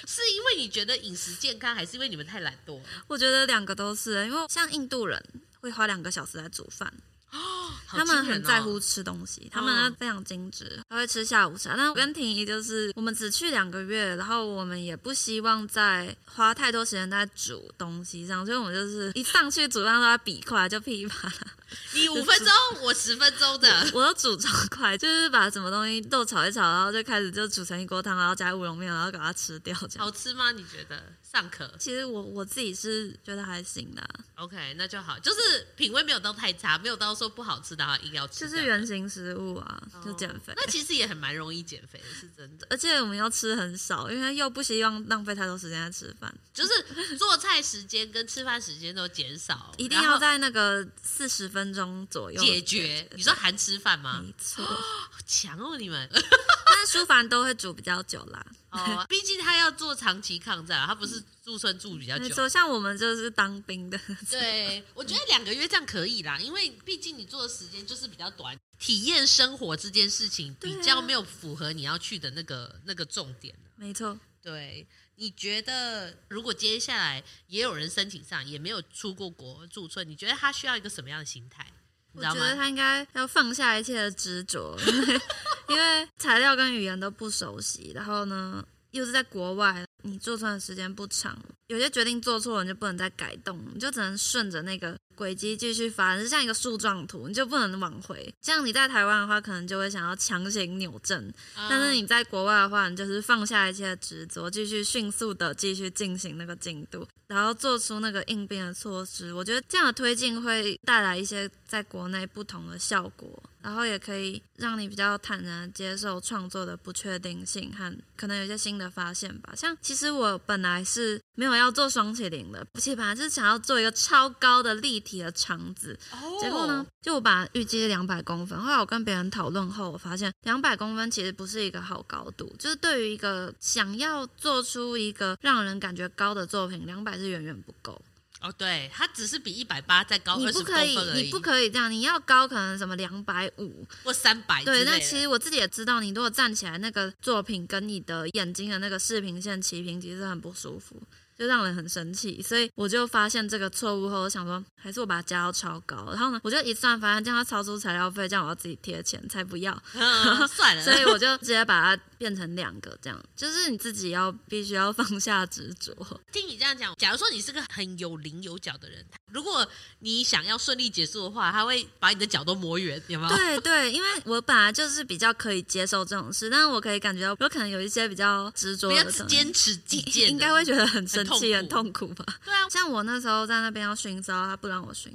[SPEAKER 1] 是因为你觉得饮食健康，还是因为你们太懒惰了？
[SPEAKER 2] 我觉得两个都是，因为像印度人会花两个小时来煮饭，
[SPEAKER 1] 好
[SPEAKER 2] 他
[SPEAKER 1] 惊
[SPEAKER 2] 们
[SPEAKER 1] 人
[SPEAKER 2] 很
[SPEAKER 1] 哦
[SPEAKER 2] 在乎吃东西，他们非常精致，他会吃下午茶。那我跟婷宜就是我们只去两个月，然后我们也不希望再花太多时间在煮东西上，所以我们就是一上去煮饭都在比快，就噼里啪啦，
[SPEAKER 1] 你五分钟，我十分钟 的。
[SPEAKER 2] 我都煮超快，就是把什么东西豆炒一炒，然后就开始就煮成一锅汤，然后加乌龙面，然后给它吃掉这样
[SPEAKER 1] 好。吃吗？你觉得尚可
[SPEAKER 2] 其实我我自己是觉得还行的啊、
[SPEAKER 1] ？OK，那就好，就是品味没有到太差，没有到说不好吃的话硬要吃
[SPEAKER 2] 就
[SPEAKER 1] 这样，
[SPEAKER 2] 是原型食物啊，就减肥
[SPEAKER 1] 哦。那其实也很蛮容易减肥，是真的。
[SPEAKER 2] 而且我们要吃很少，因为又不希望浪费太多时间在吃饭，
[SPEAKER 1] 就是做菜时间跟吃饭时间都减少，
[SPEAKER 2] 一定
[SPEAKER 1] 然
[SPEAKER 2] 要
[SPEAKER 1] 后
[SPEAKER 2] 在那个四十分钟左右
[SPEAKER 1] 解决。你说含吃饭吗？
[SPEAKER 2] 没 错，
[SPEAKER 1] 好强哦，你们
[SPEAKER 2] 但是舒凡都会煮比较久啦。
[SPEAKER 1] 哦， 毕竟他要做长期抗战，他不
[SPEAKER 2] 嗯
[SPEAKER 1] 是驻村住比较
[SPEAKER 2] 没
[SPEAKER 1] 久。
[SPEAKER 2] 错，像我们就是当兵的，
[SPEAKER 1] 对，我觉得两个月这样可以啦，因为毕竟你做的时间就是比较短，体验生活这件事情比较没有符合你要去的那个那个重点。啊
[SPEAKER 2] 没错。
[SPEAKER 1] 对，你觉得如果接下来也有人申请上，也没有出过国驻村，你觉得他需要一个什么样的心态？你
[SPEAKER 2] 我
[SPEAKER 1] 知道
[SPEAKER 2] 觉得
[SPEAKER 1] 吗？
[SPEAKER 2] 他应该要放下一切的执着， 因为因为材料跟语言都不熟悉，然后呢又是在国外，你做船的时间不长，有些决定做错了你就不能再改动，你就只能顺着那个轨迹继续发展，就像一个树状图，你就不能往回。像你在台湾的话，可能就会想要强行扭正，但是
[SPEAKER 1] 嗯
[SPEAKER 2] 你在国外的话，你就是放下一切的执着，继续迅速的继续进行那个进度，然后做出那个应变的措施。我觉得这样的推进会带来一些在国内不同的效果，然后也可以让你比较坦然地接受创作的不确定性和可能有一些新的发现吧。像其实我本来是没有要做双麒麟的，而且本来是想要做一个超高的立体的肠子，
[SPEAKER 1] 哦
[SPEAKER 2] 结果呢，就我把预计是两百公分，后来我跟别人讨论后，我发现两百公分其实不是一个好高度，就是对于一个想要做出一个让人感觉高的作品，两百是远远不够。
[SPEAKER 1] 哦，对，他只是比一百八再高
[SPEAKER 2] 你
[SPEAKER 1] 哦二
[SPEAKER 2] 不
[SPEAKER 1] 十公
[SPEAKER 2] 可以
[SPEAKER 1] 分，而
[SPEAKER 2] 你
[SPEAKER 1] 已，
[SPEAKER 2] 不可以这样，你要高可能什么两百五，
[SPEAKER 1] 或三百之类
[SPEAKER 2] 对，
[SPEAKER 1] 的。
[SPEAKER 2] 那其实我自己也知道，你如果站起来，那个作品跟你的眼睛的那个视平线齐平，其实很不舒服，就让人很生气。所以我就发现这个错误后，我想说，还是我把它加到超高。然后呢，我就一算，发现这样要超出材料费，这样我要自己贴钱，才不要。
[SPEAKER 1] 嗯 算了，
[SPEAKER 2] 所以我就直接把它变成两个，这样就是你自己要必须要放下执着。
[SPEAKER 1] 听你这样讲，假如说你是个很有棱有角的人，如果你想要顺利结束的话，他会把你的脚都磨圆，有没有？
[SPEAKER 2] 对对，因为我本来就是比较可以接受这种事，但是我可以感觉到，有可能有一些比较执 着
[SPEAKER 1] 不
[SPEAKER 2] 的
[SPEAKER 1] 要
[SPEAKER 2] 东西，
[SPEAKER 1] 坚持己见的，
[SPEAKER 2] 应该会觉得很生气、
[SPEAKER 1] 很
[SPEAKER 2] 很
[SPEAKER 1] 痛
[SPEAKER 2] 痛苦吧？
[SPEAKER 1] 对啊。
[SPEAKER 2] 像我那时候在那边要熏烧，他不让我熏，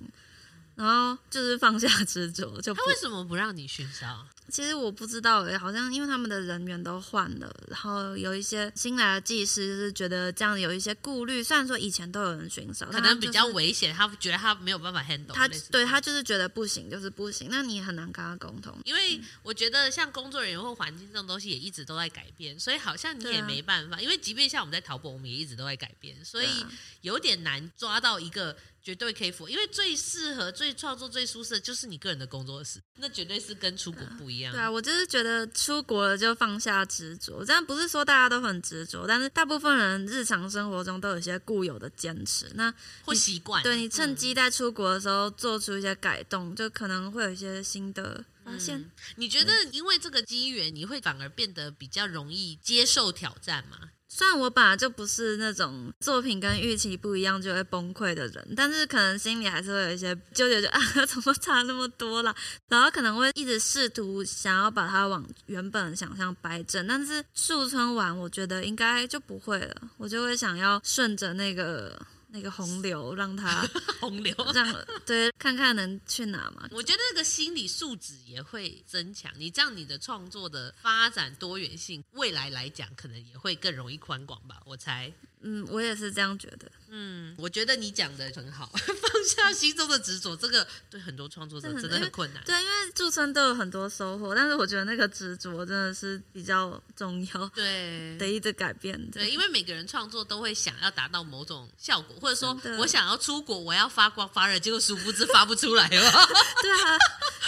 [SPEAKER 2] 然后就是放下执着就不
[SPEAKER 1] 他。为什么不让你啊熏烧？
[SPEAKER 2] 其实我不知道诶、好像因为他们的人员都换了，然后有一些新来的技师就是觉得这样有一些顾虑。虽然说以前都有人熏烧，
[SPEAKER 1] 可
[SPEAKER 2] 但他
[SPEAKER 1] 能比
[SPEAKER 2] 就是
[SPEAKER 1] 较危险，他觉得他没有办法 handle
[SPEAKER 2] 他
[SPEAKER 1] 类似这
[SPEAKER 2] 对
[SPEAKER 1] 样
[SPEAKER 2] 他就是觉得不行，就是不行。那你也很难跟他沟通。
[SPEAKER 1] 因为我觉得像工作人员或环境这种东西也一直都在改变，所以好像你
[SPEAKER 2] 对
[SPEAKER 1] 也
[SPEAKER 2] 啊
[SPEAKER 1] 没办法。因为即便像我们在淘宝，我们也一直都在改变，所
[SPEAKER 2] 对
[SPEAKER 1] 以
[SPEAKER 2] 啊
[SPEAKER 1] 有点难抓到一个绝对可以符合。因为最适合、最创作、最舒适的就是你个人的工作室，那绝对是跟出国不一样。
[SPEAKER 2] 对啊，我就是觉得出国了就放下执着，这样不是说大家都很执着，但是大部分人日常生活中都有一些固有的坚持。那
[SPEAKER 1] 或习惯。嗯
[SPEAKER 2] 对你趁机在出国的时候做出一些改动，就可能会有一些新的发现。
[SPEAKER 1] 嗯，你觉得因为这个机缘，你会反而变得比较容易接受挑战吗？
[SPEAKER 2] 虽然我本来就不是那种作品跟预期不一样就会崩溃的人，但是可能心里还是会有一些纠结就，啊怎么差那么多啦？然后可能会一直试图想要把它往原本的想象掰正，但是树村完我觉得应该就不会了，我就会想要顺着那个那个洪流让它
[SPEAKER 1] 洪 流。
[SPEAKER 2] 让对看看能去哪嘛。
[SPEAKER 1] 我觉得那个心理素质也会增强，你这样你的创作的发展多元性，未来来讲可能也会更容易宽广吧，我猜。
[SPEAKER 2] 嗯，我也是这样觉得，
[SPEAKER 1] 嗯，我觉得你讲的很好， 放下心中的执着，这个对很多创作者
[SPEAKER 2] 这很
[SPEAKER 1] 真的很困难。
[SPEAKER 2] 对，因为驻村都有很多收获，但是我觉得那个执着真的是比较重要。
[SPEAKER 1] 对
[SPEAKER 2] 得一直改变的
[SPEAKER 1] 对，。因为每个人创作都会想要达到某种效果，或者说
[SPEAKER 2] 真的
[SPEAKER 1] 我想要出国，我要发光发热，结果殊不知发不出来了。
[SPEAKER 2] 对啊，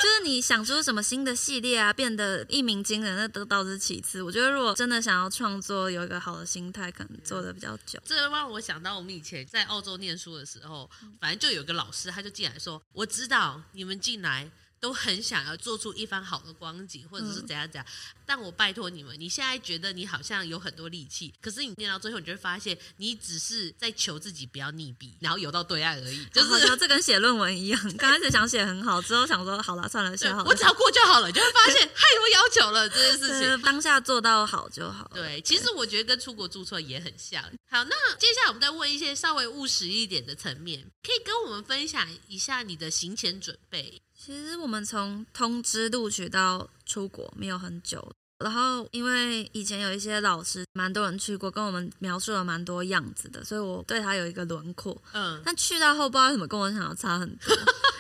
[SPEAKER 2] 就是你想出什么新的系列啊，变得一鸣惊人，那都倒是其次。我觉得如果真的想要创作，有一个好的心态，可能做的比较久。
[SPEAKER 1] 这让我想到我们以前在澳洲念书的时候，
[SPEAKER 2] 嗯
[SPEAKER 1] 反正就有个老师，他就进来说：“我知道你们进来都很想要做出一番好的光景，或者
[SPEAKER 2] 嗯
[SPEAKER 1] 是怎样怎样，但我拜托你们，你现在觉得你好像有很多力气，可是你念到最后，你就会发现你只是在求自己不要溺毙，然后游到对岸而已，就是
[SPEAKER 2] 我觉得这跟写论 文一样，刚开始想写很好，之后想说好了，算了，写
[SPEAKER 1] 对
[SPEAKER 2] 好了。
[SPEAKER 1] 我只要过就好了，你就会 发现害我要求了这件事情。”
[SPEAKER 2] 对啊当下做到好就好了。
[SPEAKER 1] 对，其实我觉得跟出国注册也很像。好，那接下来我们再问一些稍微务实一点的层面，可以跟我们分享一下你的行前准备。
[SPEAKER 2] 其实我们从通知录取到出国没有很久，然后因为以前有一些老师，蛮多人去过，跟我们描述了蛮多样子的，所以我对他有一个轮廓。
[SPEAKER 1] 嗯，
[SPEAKER 2] 但去到后不知道为什么跟我想的差很多，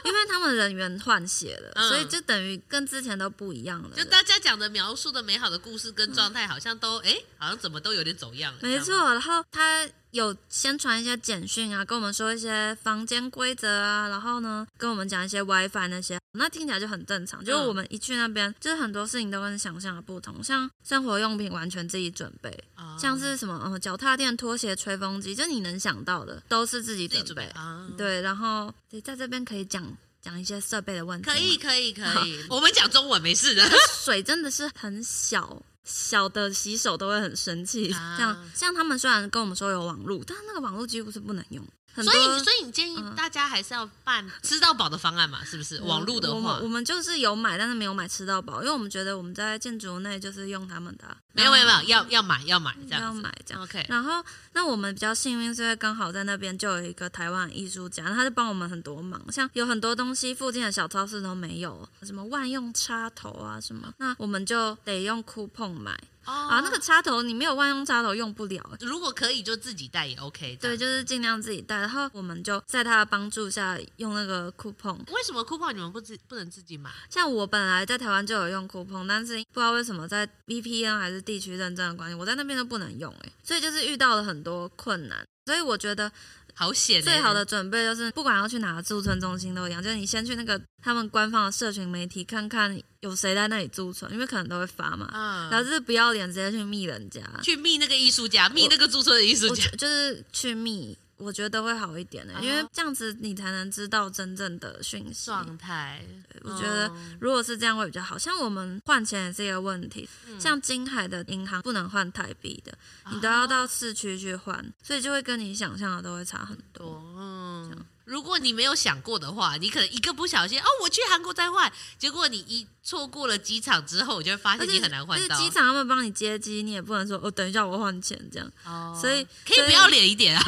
[SPEAKER 2] 因为他们人员换血了，
[SPEAKER 1] 嗯
[SPEAKER 2] 所以就等于跟之前都不一样了。
[SPEAKER 1] 就大家讲的描述的美好的故事跟状态，好像都哎、好像怎么都有点走样了。
[SPEAKER 2] 没
[SPEAKER 1] 这样吗，
[SPEAKER 2] 错，然后他有先传一些简讯啊，跟我们说一些房间规则啊，然后呢跟我们讲一些 WiFi 那些，那听起来就很正常。
[SPEAKER 1] 嗯
[SPEAKER 2] 就是我们一去那边，就是很多事情都跟想象的不同，像生活用品完全自己准备，
[SPEAKER 1] 啊
[SPEAKER 2] 像是什么嗯脚踏垫、拖鞋、吹风机，就你能想到的都是自己
[SPEAKER 1] 自己
[SPEAKER 2] 准
[SPEAKER 1] 准备
[SPEAKER 2] 备。嗯
[SPEAKER 1] 啊，，
[SPEAKER 2] 对，然后对在这边可以讲讲一些设备的问题吗，
[SPEAKER 1] 可以，可以，可以。我们讲中文没事的。
[SPEAKER 2] 水真的是很小。小的洗手都会很生气，
[SPEAKER 1] 啊
[SPEAKER 2] 这样 像他们虽然跟我们说有网路，但那个网路几乎是不能用。 很多
[SPEAKER 1] 所以，所以你建议
[SPEAKER 2] 嗯
[SPEAKER 1] 大家还是要办吃到饱的方案嘛？是不是？
[SPEAKER 2] 嗯
[SPEAKER 1] 网络的
[SPEAKER 2] 我
[SPEAKER 1] 话
[SPEAKER 2] 们我，们就是有买，但是没有买吃到饱，因为我们觉得我们在建筑内就是用他们的啊，
[SPEAKER 1] 没有，没有，没
[SPEAKER 2] 然
[SPEAKER 1] 有，要要买，要买，这
[SPEAKER 2] 后要
[SPEAKER 1] 样子。
[SPEAKER 2] 买这样。
[SPEAKER 1] OK，
[SPEAKER 2] 然后，那我们比较幸运，是因为刚好在那边就有一个台湾艺术家，他就帮我们很多忙，像有很多东西附近的小超市都没有，什么万用插头啊什么，那我们就得用 coupon 买
[SPEAKER 1] 啊
[SPEAKER 2] 啊。那个插头你没有万用插头用不了、欸
[SPEAKER 1] 如果可以就自己带也 OK 这
[SPEAKER 2] 对，
[SPEAKER 1] 样。
[SPEAKER 2] 就是尽量自己带，然后我们就在他的帮助下用那个 coupon。
[SPEAKER 1] 为什么 coupon 你们不自不能自己买？
[SPEAKER 2] 像我本来在台湾就有用 coupon，但是不知道为什么在 VPN 还是地区认证的关系，我在那边都不能用哎、欸所以就是遇到了很多困难。所以我觉得
[SPEAKER 1] 好险、欸！
[SPEAKER 2] 最好的准备就是，不管要去哪个驻村中心都一样，就是你先去那个他们官方的社群媒体看看有谁在那里驻村，因为可能都会发嘛。
[SPEAKER 1] 啊，
[SPEAKER 2] 然后就是不要脸直接去密人家，
[SPEAKER 1] 去密那个艺术家，密那个驻村的艺术
[SPEAKER 2] 我
[SPEAKER 1] 家
[SPEAKER 2] 觉，就是去密，我觉得会好一点的、
[SPEAKER 1] 哦
[SPEAKER 2] 因为这样子你才能知道真正的讯息。
[SPEAKER 1] 状态。
[SPEAKER 2] 我觉得
[SPEAKER 1] 嗯
[SPEAKER 2] 如果是这样会比较好，像我们换钱也是一个问题，
[SPEAKER 1] 嗯
[SPEAKER 2] 像金海的银行不能换台币的，你都
[SPEAKER 1] 啊
[SPEAKER 2] 要到市区去换，所以就会跟你想象的都会差很多。
[SPEAKER 1] 多嗯。如果你没有想过的话，你可能一个不小心哦，我去韩国再换，结果你一错过了机场之后，你就会发
[SPEAKER 2] 而
[SPEAKER 1] 现
[SPEAKER 2] 且
[SPEAKER 1] 你很难
[SPEAKER 2] 而
[SPEAKER 1] 换
[SPEAKER 2] 且
[SPEAKER 1] 到。
[SPEAKER 2] 机场他们帮你接机，你也不能说哦，等一下我换钱这样。
[SPEAKER 1] 哦
[SPEAKER 2] 所以
[SPEAKER 1] 可以不要脸一点啊。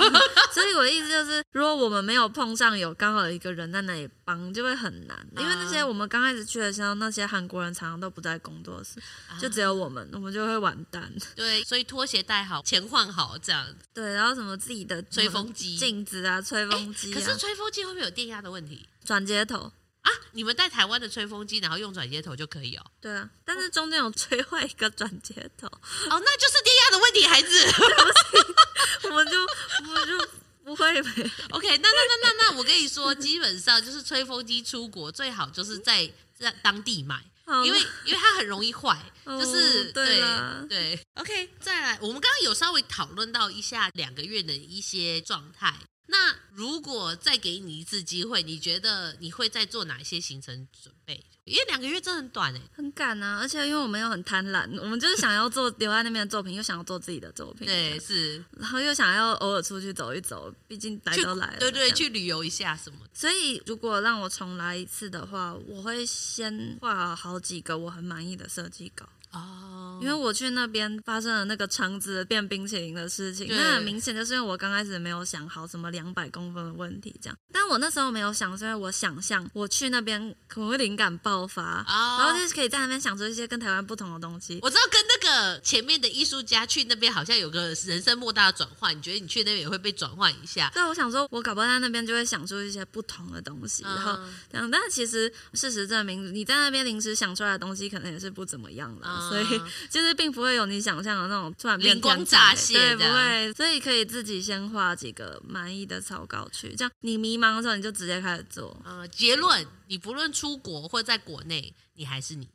[SPEAKER 2] 所以我的意思就是，如果我们没有碰上有刚好有一个人在那里帮，就会很难。因为那些
[SPEAKER 1] 啊
[SPEAKER 2] 我们刚开始去的时候，那些韩国人常常都不在工作室，就只有我们，我们就会完蛋。
[SPEAKER 1] 对，所以拖鞋带好，钱换好，这样
[SPEAKER 2] 对，然后什么自己的
[SPEAKER 1] 吹风机。哎
[SPEAKER 2] 镜子啊，吹风机
[SPEAKER 1] 可
[SPEAKER 2] 啊，
[SPEAKER 1] 是吹风机会不会有电压的问题
[SPEAKER 2] 转接头。
[SPEAKER 1] 啊？你们带台湾的吹风机，然后用转接头就可以哦。
[SPEAKER 2] 对啊，但是中间有吹坏一个转接头，
[SPEAKER 1] 哦，那就是电压的问题，孩子。
[SPEAKER 2] 我们就我们就不会没。
[SPEAKER 1] OK，那那那那那，我跟你以说基本上就是吹风机出国最好就是在在当地买，
[SPEAKER 3] 好
[SPEAKER 2] 嗯
[SPEAKER 1] 因为因为它很容易 坏，
[SPEAKER 3] 哦
[SPEAKER 1] 就是
[SPEAKER 3] 对
[SPEAKER 1] 对
[SPEAKER 3] 啦
[SPEAKER 1] 对。OK，再来，我们刚刚有稍微讨论到一下两个月的一些状态。那如果再给你一次机会，你觉得你会再做哪些行程准备？因为两个月真的很短哎、
[SPEAKER 2] 很赶啊，而且因为我们又很贪婪，我们就是想要做留在那边的作品，又想要做自己的作品，
[SPEAKER 1] 对，，是
[SPEAKER 2] 然后又想要偶尔出去走一走，毕竟 来
[SPEAKER 1] 去
[SPEAKER 2] 都来了，
[SPEAKER 1] 对
[SPEAKER 2] 这
[SPEAKER 1] 对，
[SPEAKER 2] 样
[SPEAKER 1] 去旅游一下什么的。
[SPEAKER 2] 所以，如果让我重来一次的话，我会先画好几个我很满意的设计稿，
[SPEAKER 1] 哦，
[SPEAKER 2] 因为我去那边发生了那个肠子变冰淇淋的事情，
[SPEAKER 1] 对
[SPEAKER 2] 那很明显就是因为我刚开始没有想好什么两百公分的问题这样，但我那时候没有想，是因为我想象我去那边可能会灵感爆发，
[SPEAKER 1] 哦
[SPEAKER 2] 然后就是可以在那边想出一些跟台湾不同的东西。
[SPEAKER 1] 我知道跟那个前面的艺术家去那边好像有个人生莫大的转换，你觉得你去那边也会被转换一下？
[SPEAKER 2] 对，我想说，我搞不好在那边就会想出一些不同的东西，然后
[SPEAKER 1] 嗯
[SPEAKER 2] 这样。但其实事实证明，你在那边临时想出来的东西，可能也是不怎么样啦，
[SPEAKER 1] 嗯
[SPEAKER 2] 所以 就是并不会有你想象的那种突然变
[SPEAKER 1] 灵光
[SPEAKER 2] 天
[SPEAKER 1] 乍
[SPEAKER 2] 才
[SPEAKER 1] 现
[SPEAKER 2] 对，不
[SPEAKER 1] 这样，
[SPEAKER 2] 会。所以可以自己先画几个满意的草稿去，这样你迷茫的时候你就直接开始做
[SPEAKER 1] 呃，结论，你不论出国或在国内，你还是你，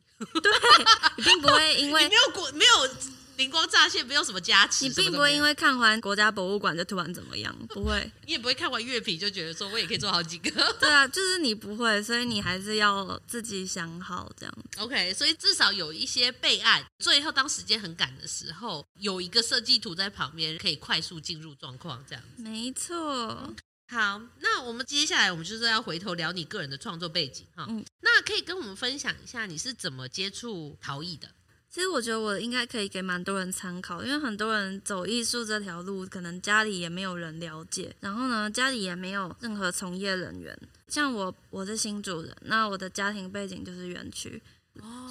[SPEAKER 2] 你并不会 因
[SPEAKER 1] 你
[SPEAKER 2] 为
[SPEAKER 1] 没。有国没有灵光乍现，没有什么加持，
[SPEAKER 2] 你
[SPEAKER 1] 什么
[SPEAKER 2] 并
[SPEAKER 1] 都
[SPEAKER 2] 不会
[SPEAKER 1] 没有
[SPEAKER 2] 因为看完国家博物馆就突然怎么样，不会，
[SPEAKER 1] 你也不会看完乐评就觉得说我也可以做好几 个
[SPEAKER 2] 对啊，就是你不会，所以你还是要自己想好这样。
[SPEAKER 1] ，OK，所以至少有一些备案。最后当时间很赶的时候，有一个设计图在旁边，可以快速进入状况，这样。
[SPEAKER 2] 没错，
[SPEAKER 1] 好，那我们接下来我们就是要回头聊你个人的创作背景哈。
[SPEAKER 2] 嗯
[SPEAKER 1] 那可以跟我们分享一下你是怎么接触陶艺的？
[SPEAKER 2] 其实我觉得我应该可以给蛮多人参考，因为很多人走艺术这条路，可能家里也没有人了解，然后呢，家里也没有任何从业人员。像我，我是新主人，那我的家庭背景就是园区，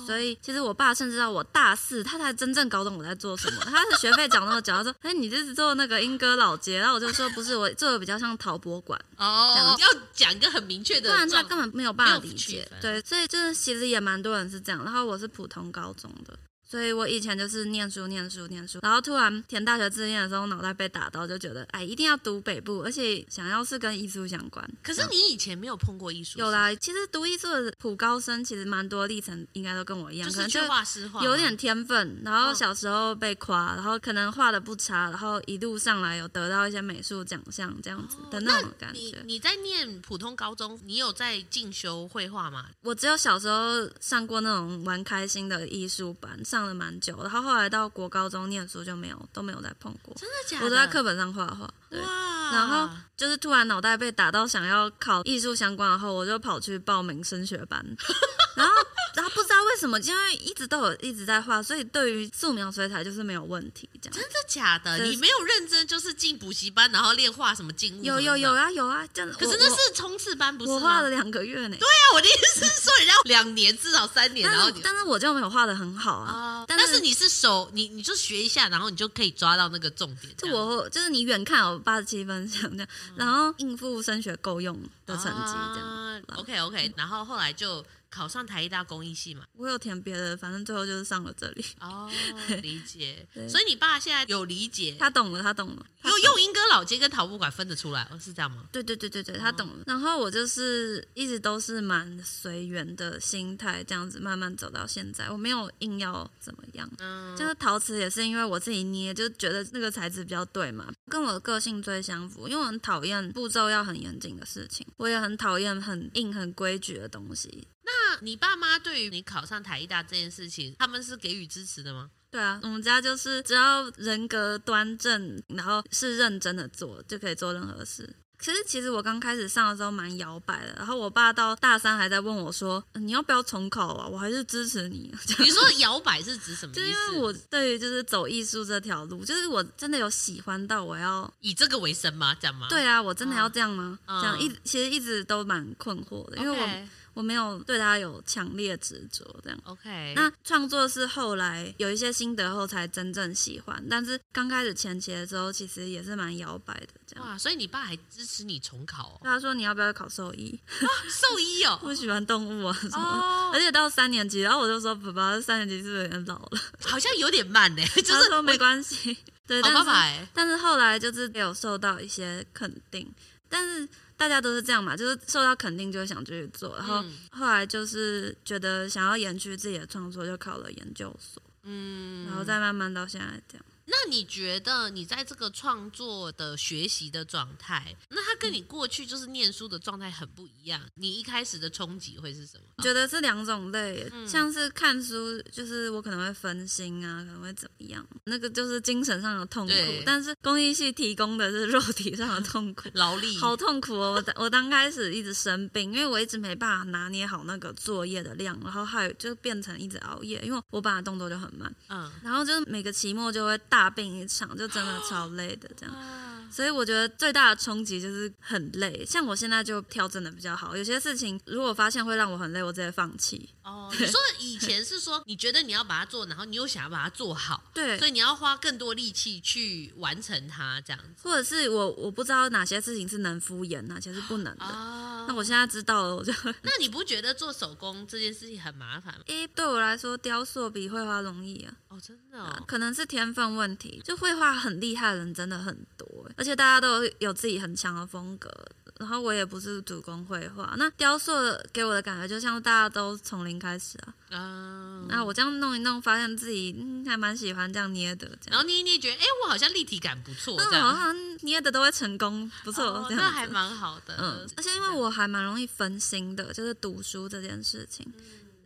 [SPEAKER 2] 所以其实我爸甚至到我大四，他才真正搞懂我在做什么。他是学费缴那么缴，他说：“哎，你这是做那个英歌老街。”然后我就说：“不是，我做的比较像陶博馆。”
[SPEAKER 1] 哦，要讲一个很明确的
[SPEAKER 2] 不然他
[SPEAKER 1] 状
[SPEAKER 2] 根本没有办法
[SPEAKER 1] 没有
[SPEAKER 2] 理
[SPEAKER 1] 区
[SPEAKER 2] 解
[SPEAKER 1] 分。啊
[SPEAKER 2] 对，所以就是其实也蛮多人是这样。然后我是普通高中的，所以我以前就是念书、念书、念书，然后突然填大学志愿的时候，脑袋被打到，就觉得哎，一定要读北部，而且想要是跟艺术相关。
[SPEAKER 1] 可是你以前没有碰过艺术，
[SPEAKER 2] 有，啦，其实读艺术的普高生其实蛮多历程，应该都跟我一样，
[SPEAKER 1] 就是
[SPEAKER 2] 可能
[SPEAKER 1] 去
[SPEAKER 2] 就
[SPEAKER 1] 画师画吗，
[SPEAKER 2] 有点天分，然后
[SPEAKER 1] 嗯
[SPEAKER 2] 小时候被夸，然后可能画的不差，然后一路上来有得到一些美术奖项这样子
[SPEAKER 1] 哦
[SPEAKER 2] 的那种感
[SPEAKER 1] 你
[SPEAKER 2] 觉。
[SPEAKER 1] 你在念普通高中，你有在进修绘画吗？
[SPEAKER 2] 我只有小时候上过那种玩开心的艺术班，上了蛮久，然后后来到国高中念书就没有都没有再碰过，
[SPEAKER 1] 真的假的？
[SPEAKER 2] 我都在课本上画画。对，
[SPEAKER 1] 哇，
[SPEAKER 2] 然后就是突然脑袋被打到想要考艺术相关的后，我就跑去报名升学 班，然后然后不知道为什么，因为一直都有一直在画，所以对于素描水彩就是没有问题这样。
[SPEAKER 1] 真的假的？
[SPEAKER 2] 真是
[SPEAKER 1] 你没有认真就是进补习班，然后练画什么静物？
[SPEAKER 2] 有有有。啊有啊，真的。
[SPEAKER 1] 可是
[SPEAKER 2] 我
[SPEAKER 1] 那是冲刺班，不
[SPEAKER 2] 我
[SPEAKER 1] 是吗
[SPEAKER 2] 我画了两个月呢，
[SPEAKER 1] 那我的意思是说，人家两年至少三年，
[SPEAKER 2] 但
[SPEAKER 1] 然后
[SPEAKER 2] 是
[SPEAKER 1] 你
[SPEAKER 2] 但是我就没有画的很好啊。
[SPEAKER 1] 哦，
[SPEAKER 2] 但
[SPEAKER 1] 但
[SPEAKER 2] 是
[SPEAKER 1] 是你是手，你你就学一下，然后你就可以抓到那个重点。
[SPEAKER 2] 就
[SPEAKER 1] 这样嗯
[SPEAKER 2] 我就是你远看有八十七分这样，然后应付升学够用的成绩这样。嗯
[SPEAKER 1] 啊 OK OK，然 后后来就考上台艺大工艺系嘛。
[SPEAKER 2] 我有填别的，反正最后就是上了这 里。
[SPEAKER 1] 哦，理解。
[SPEAKER 2] 对
[SPEAKER 1] 所以你爸现在有理解，
[SPEAKER 2] 他懂了，他懂了。他
[SPEAKER 1] 用用英歌老街跟陶博馆分得出来，哦是这样吗？
[SPEAKER 2] 对对对对对，
[SPEAKER 1] 嗯
[SPEAKER 2] 他懂了。然后我就是一直都是蛮随缘的心态，这样子慢慢走到现在，我没有硬要怎么样。
[SPEAKER 1] 嗯，
[SPEAKER 2] 就是陶瓷也是因为我自己捏，就觉得那个材质比较对嘛，跟我的个性最相符。因为我很讨厌步骤要很严谨的事情，我也很讨厌很硬、很规矩的东西。
[SPEAKER 1] 那你爸妈对于你考上台艺大这件事情，他们是给予支持的 吗？
[SPEAKER 2] 对啊，我们家就是只要人格端正，然后是认真的做，就可以做任何事。可是其实我刚开始上的时候蛮摇摆的，然后我爸到大三还在问我说：“嗯你要不要重考啊？我 还是支持你。”
[SPEAKER 1] 你说摇摆是指什么意
[SPEAKER 2] 就
[SPEAKER 1] 思？
[SPEAKER 2] 是因为我对于就是走艺术这条路，就是我真的有喜欢到我要
[SPEAKER 1] 以这个为生吗？这样吗？
[SPEAKER 2] 对啊，我真的要这样吗？
[SPEAKER 1] 嗯
[SPEAKER 2] 这样一其实一直都蛮困惑的，
[SPEAKER 1] OK，
[SPEAKER 2] 因为我我没有对他有强烈执着这样。
[SPEAKER 1] OK，
[SPEAKER 2] 那创作是后来有一些心得后才真正喜欢，但是刚开始前期的时候，其实也是蛮摇摆的。这样，啊
[SPEAKER 1] 哇，所以你爸还支持你重考哦，
[SPEAKER 2] 他说你要不要考兽医？
[SPEAKER 1] 兽医哦。
[SPEAKER 2] 我喜欢动物啊什么的。
[SPEAKER 1] 哦
[SPEAKER 2] 而，且到三年级，然后我就说爸爸三年级是不是有点老了？
[SPEAKER 1] 好像有点慢 呢，就
[SPEAKER 2] 他
[SPEAKER 1] 是
[SPEAKER 2] 说没关呃系，对，
[SPEAKER 1] 好
[SPEAKER 2] 但
[SPEAKER 1] 爸爸
[SPEAKER 2] 是
[SPEAKER 1] 哎，
[SPEAKER 2] 但是后来就是有受到一些肯定，但是大家都是这样嘛，就是受到肯定就会想继续做，然后
[SPEAKER 1] 嗯
[SPEAKER 2] 后来就是觉得想要延续自己的创作，就考了研究所，
[SPEAKER 1] 嗯，
[SPEAKER 2] 然后再慢慢到现在这样。
[SPEAKER 1] 那你觉得你在这个创作的学习的状态，那它跟你过去就是念书的状态很不一样，你一开始的冲击会是什么？
[SPEAKER 2] 觉得是两种类，
[SPEAKER 1] 嗯
[SPEAKER 2] 像是看书，就是我可能会分心啊，可能会怎么样，那个就是精神上的痛苦
[SPEAKER 1] 对。，
[SPEAKER 2] 但是公益系提供的是肉体上的痛苦
[SPEAKER 1] 嗯劳力，
[SPEAKER 2] 好痛苦哦！我当我刚开始一直生病，因为我一直没办法拿捏好那个作业的量，然后还有就变成一直熬夜，因为我本来动作就很慢，
[SPEAKER 1] 嗯，
[SPEAKER 2] 然后就是每个期末就会大病一场，就真的超累的这样。所以我觉得最大的冲击就是很累，像我现在就调整的比较好。有些事情如果发现会让我很累，我直接放弃。
[SPEAKER 1] 哦，你说以前是说你觉得你要把它做，然后你又想要把它做好，
[SPEAKER 2] 对
[SPEAKER 1] 所以你要花更多力气去完成它，这样子
[SPEAKER 2] 或者是我我不知道哪些事情是能敷衍，哪些是不能的。
[SPEAKER 1] 哦
[SPEAKER 2] 那我现在知道了，我就？
[SPEAKER 1] 那你不觉得做手工这件事情很麻烦吗
[SPEAKER 2] 一对我来说，雕塑比绘画容易啊，
[SPEAKER 1] 哦，真的、哦，
[SPEAKER 2] 可能是天分问题。就绘画很厉害的人真的很多，欸而且大家都有自己很强的风格。然后我也不是主攻绘画，那雕塑给我的感觉就像大家都从零开始啊。
[SPEAKER 1] 嗯，
[SPEAKER 2] 那我这样弄一弄，发现自己、嗯、还蛮喜欢这样捏的，这
[SPEAKER 1] 然
[SPEAKER 2] 样。
[SPEAKER 1] 后捏一捏，觉得哎、诶我好像立体感不错，这
[SPEAKER 2] 嗯，好
[SPEAKER 1] 样。
[SPEAKER 2] 像捏的都会成功，不错，
[SPEAKER 1] 哦
[SPEAKER 2] 这样
[SPEAKER 1] 那
[SPEAKER 2] 子
[SPEAKER 1] 还蛮好的，
[SPEAKER 2] 嗯，而且因为我还蛮容易分心的，就是读书这件事情。
[SPEAKER 1] 嗯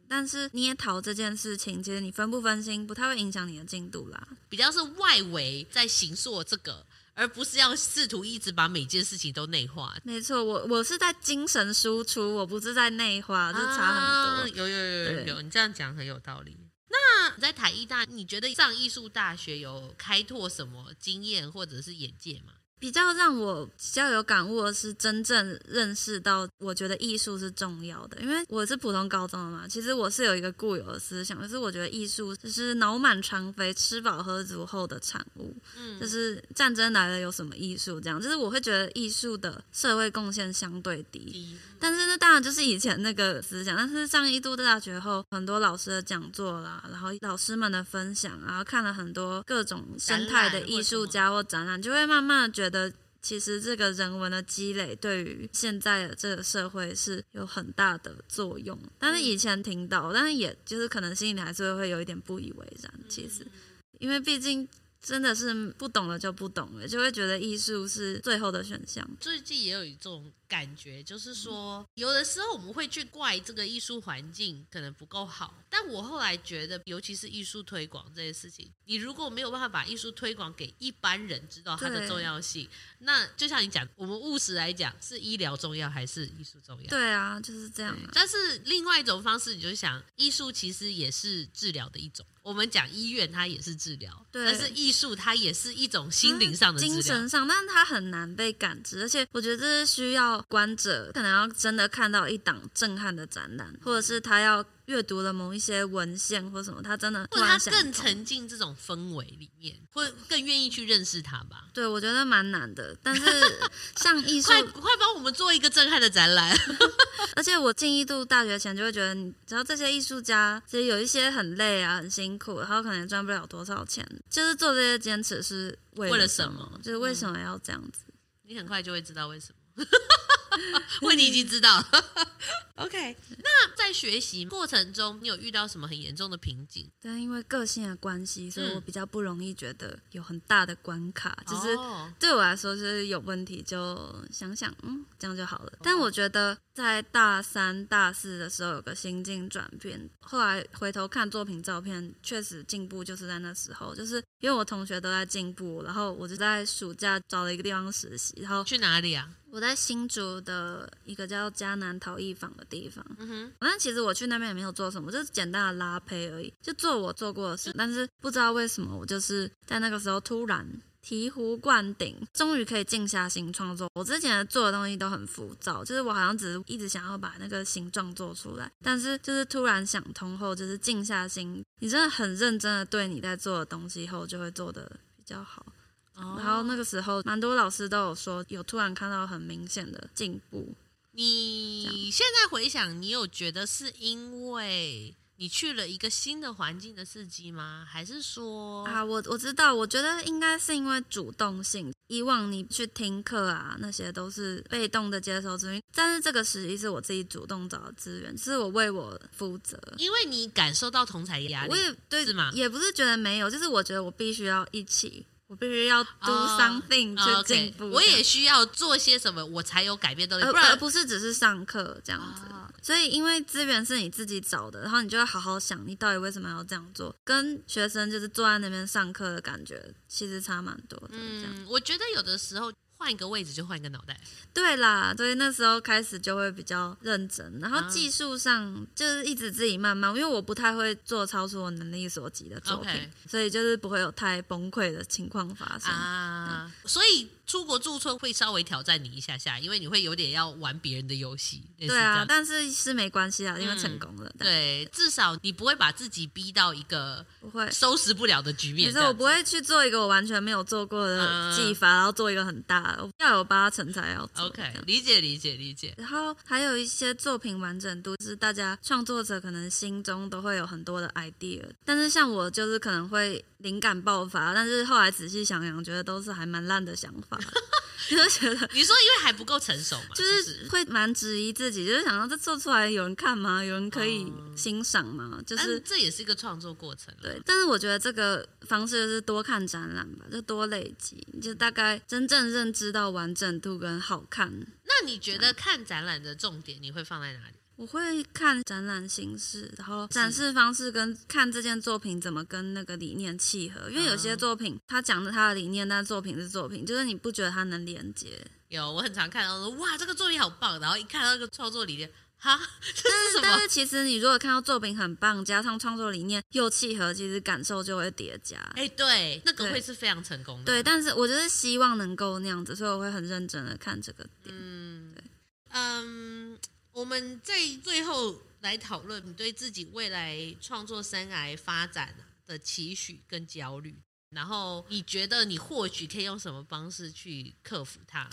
[SPEAKER 2] 但是捏陶这件事情，其实你分不分心，不太会影响你的进度啦。
[SPEAKER 1] 比较是外围在行塑这个，而不是要试图一直把每件事情都内化，
[SPEAKER 2] 没错，我我是在精神输出，我不是在内化，就差
[SPEAKER 1] 啊
[SPEAKER 2] 很多。
[SPEAKER 1] 有有有有
[SPEAKER 2] 对
[SPEAKER 1] 有，你这样讲很有道理。那你在台艺大，你觉得上艺术大学有开拓什么经验或者是眼界吗？
[SPEAKER 2] 比较让我比较有感悟的是，真正认识到，我觉得艺术是重要的。因为我是普通高中的嘛，其实我是有一个固有的思想，就是我觉得艺术就是脑满肠肥、吃饱喝足后的产物。
[SPEAKER 1] 嗯
[SPEAKER 2] 就是战争来了有什么艺术？这样，就是我会觉得艺术的社会贡献相对低。
[SPEAKER 1] 第一
[SPEAKER 2] 但是那当然就是以前那个思想，但是上一度大学后，很多老师的讲座啦，然后老师们的分享，然后看了很多各种生态的艺术家或展览，就会慢慢地觉得。其实这个人文的积累对于现在的这个社会是有很大的作用，但是以前听到，但是也就是可能心里还是会有一点不以为然。其实，因为毕竟真的是不懂了就不懂了，就会觉得艺术是最后的选项。
[SPEAKER 1] 最近也有一种感觉，就是说，有的时候我们会去怪这个艺术环境可能不够好，但我后来觉得，尤其是艺术推广这件事情，你如果没有办法把艺术推广给一般人知道它的
[SPEAKER 2] 对
[SPEAKER 1] 重要性，那就像你讲，我们务实来讲，是医疗重要还是艺术重要？
[SPEAKER 2] 对啊，就是这样啊。
[SPEAKER 1] 但是另外一种方式，你就想，艺术其实也是治疗的一种。我们讲医院，它也是治疗，
[SPEAKER 2] 对
[SPEAKER 1] 但是艺术它也是一种心灵上的治
[SPEAKER 2] 精
[SPEAKER 1] 疗。
[SPEAKER 2] 神上，但是它很难被感知，而且我觉得这是需要观者可能要真的看到一档震撼的展览，或者是他要阅读了某一些文献或什么，他真的
[SPEAKER 1] 或
[SPEAKER 2] 突
[SPEAKER 1] 者
[SPEAKER 2] 然
[SPEAKER 1] 他
[SPEAKER 2] 想
[SPEAKER 1] 更
[SPEAKER 2] 通
[SPEAKER 1] 沉浸这种氛围里面，会更愿意去认识它吧。
[SPEAKER 2] 对，我觉得蛮难的。但是像艺 术，
[SPEAKER 1] 快快帮我们做一个震撼的展览，
[SPEAKER 2] 而且我进一度大学前就会觉得，你知道这些艺术家其实有一些很累啊，很辛苦，然后可能也赚不了多少钱，就是做这些坚持是为
[SPEAKER 1] 为了
[SPEAKER 2] 了
[SPEAKER 1] 什么
[SPEAKER 2] 么？就是为什么要这样子？
[SPEAKER 1] 你很快就会知道为什么。问题已经知道了。OK，那在学习过程中，你有遇到什么很严重的瓶颈？
[SPEAKER 2] 但因为个性的关系，所以
[SPEAKER 1] 嗯
[SPEAKER 2] 我比较不容易觉得有很大的关卡，就是
[SPEAKER 1] 哦
[SPEAKER 2] 对我来说就是有问题就想想，嗯，这样就好了。
[SPEAKER 1] 哦
[SPEAKER 2] 但我觉得在大三、大四的时候有个心境转变，后来回头看作品照片，确实进步就是在那时候，就是因为我同学都在进步，然后我就在暑假找了一个地方实习，然后
[SPEAKER 1] 去哪里啊？
[SPEAKER 2] 我在新竹的一个叫迦南陶艺坊的地方，
[SPEAKER 1] 嗯哼，
[SPEAKER 2] 但其实我去那边也没有做什么，就是简单的拉胚而已，就做我做过的事。但是不知道为什么，我就是在那个时候突然醍醐灌顶，终于可以静下心创作。我之前做的东西都很浮躁，就是我好像只是一直想要把那个形状做出来，但是就是突然想通后，就是静下心，你真的很认真的对你在做的东西后，就会做的比较好。
[SPEAKER 1] 嗯
[SPEAKER 2] 然后那个时候，蛮多老师都有说，有突然看到很明显的进步。
[SPEAKER 1] 你现在回想，你有觉得是因为你你去了一个新的环境的刺激吗？还是说，
[SPEAKER 2] 啊，我我知道，我觉得应该是因为主动性。以往你去听课啊，那些都是被动的接收资讯，但是这个实际是我自己主动找的资源，是我为我负责。
[SPEAKER 1] 因为你感受到同才压力，
[SPEAKER 2] 我也对，
[SPEAKER 1] 是吗
[SPEAKER 2] 也不是觉得没有，就是我觉得我必须要一起，我必须要 do
[SPEAKER 1] 哦
[SPEAKER 2] something、
[SPEAKER 1] o
[SPEAKER 2] 去进
[SPEAKER 1] k
[SPEAKER 2] 步。
[SPEAKER 1] 我也需要做些什么，我才有改变动力，
[SPEAKER 2] 而
[SPEAKER 1] 不
[SPEAKER 2] 而
[SPEAKER 1] 然
[SPEAKER 2] 不是只是上课这样子。
[SPEAKER 1] 哦
[SPEAKER 2] 所以，因为资源是你自己找的，然后你就会好好想，你到底为什么要这样做，跟学生就是坐在那边上课的感觉其实差蛮多的。这样、
[SPEAKER 1] 嗯，我觉得有的时候换一个位置就换一个脑袋，
[SPEAKER 2] 对啦，所以那时候开始就会比较认真，然
[SPEAKER 1] 啊
[SPEAKER 2] 后技术上就是一直自己慢慢，因为我不太会做超出我能力所及的作品
[SPEAKER 1] OK
[SPEAKER 2] 所以就是不会有太崩溃的情况发生。
[SPEAKER 1] 啊，
[SPEAKER 2] 嗯
[SPEAKER 1] 所以出国驻村会稍微挑战你一下下，因为你会有点要玩别人的游戏，类似这
[SPEAKER 2] 对啊
[SPEAKER 1] 样，。
[SPEAKER 2] 但是是没关系啊，因为
[SPEAKER 1] 嗯
[SPEAKER 2] 成功了，但
[SPEAKER 1] 对，至少你不会把自己逼到一个
[SPEAKER 2] 不会
[SPEAKER 1] 收拾不了的局面。
[SPEAKER 2] 可是
[SPEAKER 1] 这样
[SPEAKER 2] 我
[SPEAKER 1] 子嗯
[SPEAKER 2] 不会去做一个我完全没有做过的技法，然后做一个很大的，我要有八成才要做。这
[SPEAKER 1] OK，
[SPEAKER 2] 样
[SPEAKER 1] 理解理解理解。
[SPEAKER 2] 然后还有一些作品完整度，就是大家创作者可能心中都会有很多的 idea，但是像我就是可能会灵感爆发，但是后来仔细想想，觉得都是还蛮烂的想法，就是觉得。
[SPEAKER 1] 你说因为还不够成熟嘛，
[SPEAKER 2] 就是
[SPEAKER 1] 不
[SPEAKER 2] 是会蛮质疑自己，就是想到这做出来有人看吗？有人可以
[SPEAKER 1] 哦
[SPEAKER 2] 欣赏吗？就
[SPEAKER 1] 但
[SPEAKER 2] 是
[SPEAKER 1] 啊这也是一个创作过程。啊
[SPEAKER 2] 对，，但是我觉得这个方式就是多看展览吧，就多累积，你就大概真正认知到完整度跟好看。
[SPEAKER 1] 那你觉得看展览的重点你会放在哪里？
[SPEAKER 2] 我会看展览形式，然后展示方式跟看这件作品怎么跟那个理念契合，因为有些
[SPEAKER 1] 嗯
[SPEAKER 2] 作品它讲的它的理念，但作品是作品，就是你不觉得它能连接，
[SPEAKER 1] 有，我很常看到说哇，这个作品好棒，然后一看到那个创作理念，哈，这是什
[SPEAKER 2] 但
[SPEAKER 1] 么？
[SPEAKER 2] 是其实你如果看到作品很棒，加上创作理念又契合，其实感受就会叠加。
[SPEAKER 1] 哎，对，那个
[SPEAKER 2] 对
[SPEAKER 1] 会是非常成功的。
[SPEAKER 2] 对，但是我就是希望能够那样子，所以我会很认真的看这个点。
[SPEAKER 1] 嗯，嗯，我们在最后来讨论你对自己未来创作生涯发展的期许跟焦虑，然后你觉得你或许可以用什么方式去克服它？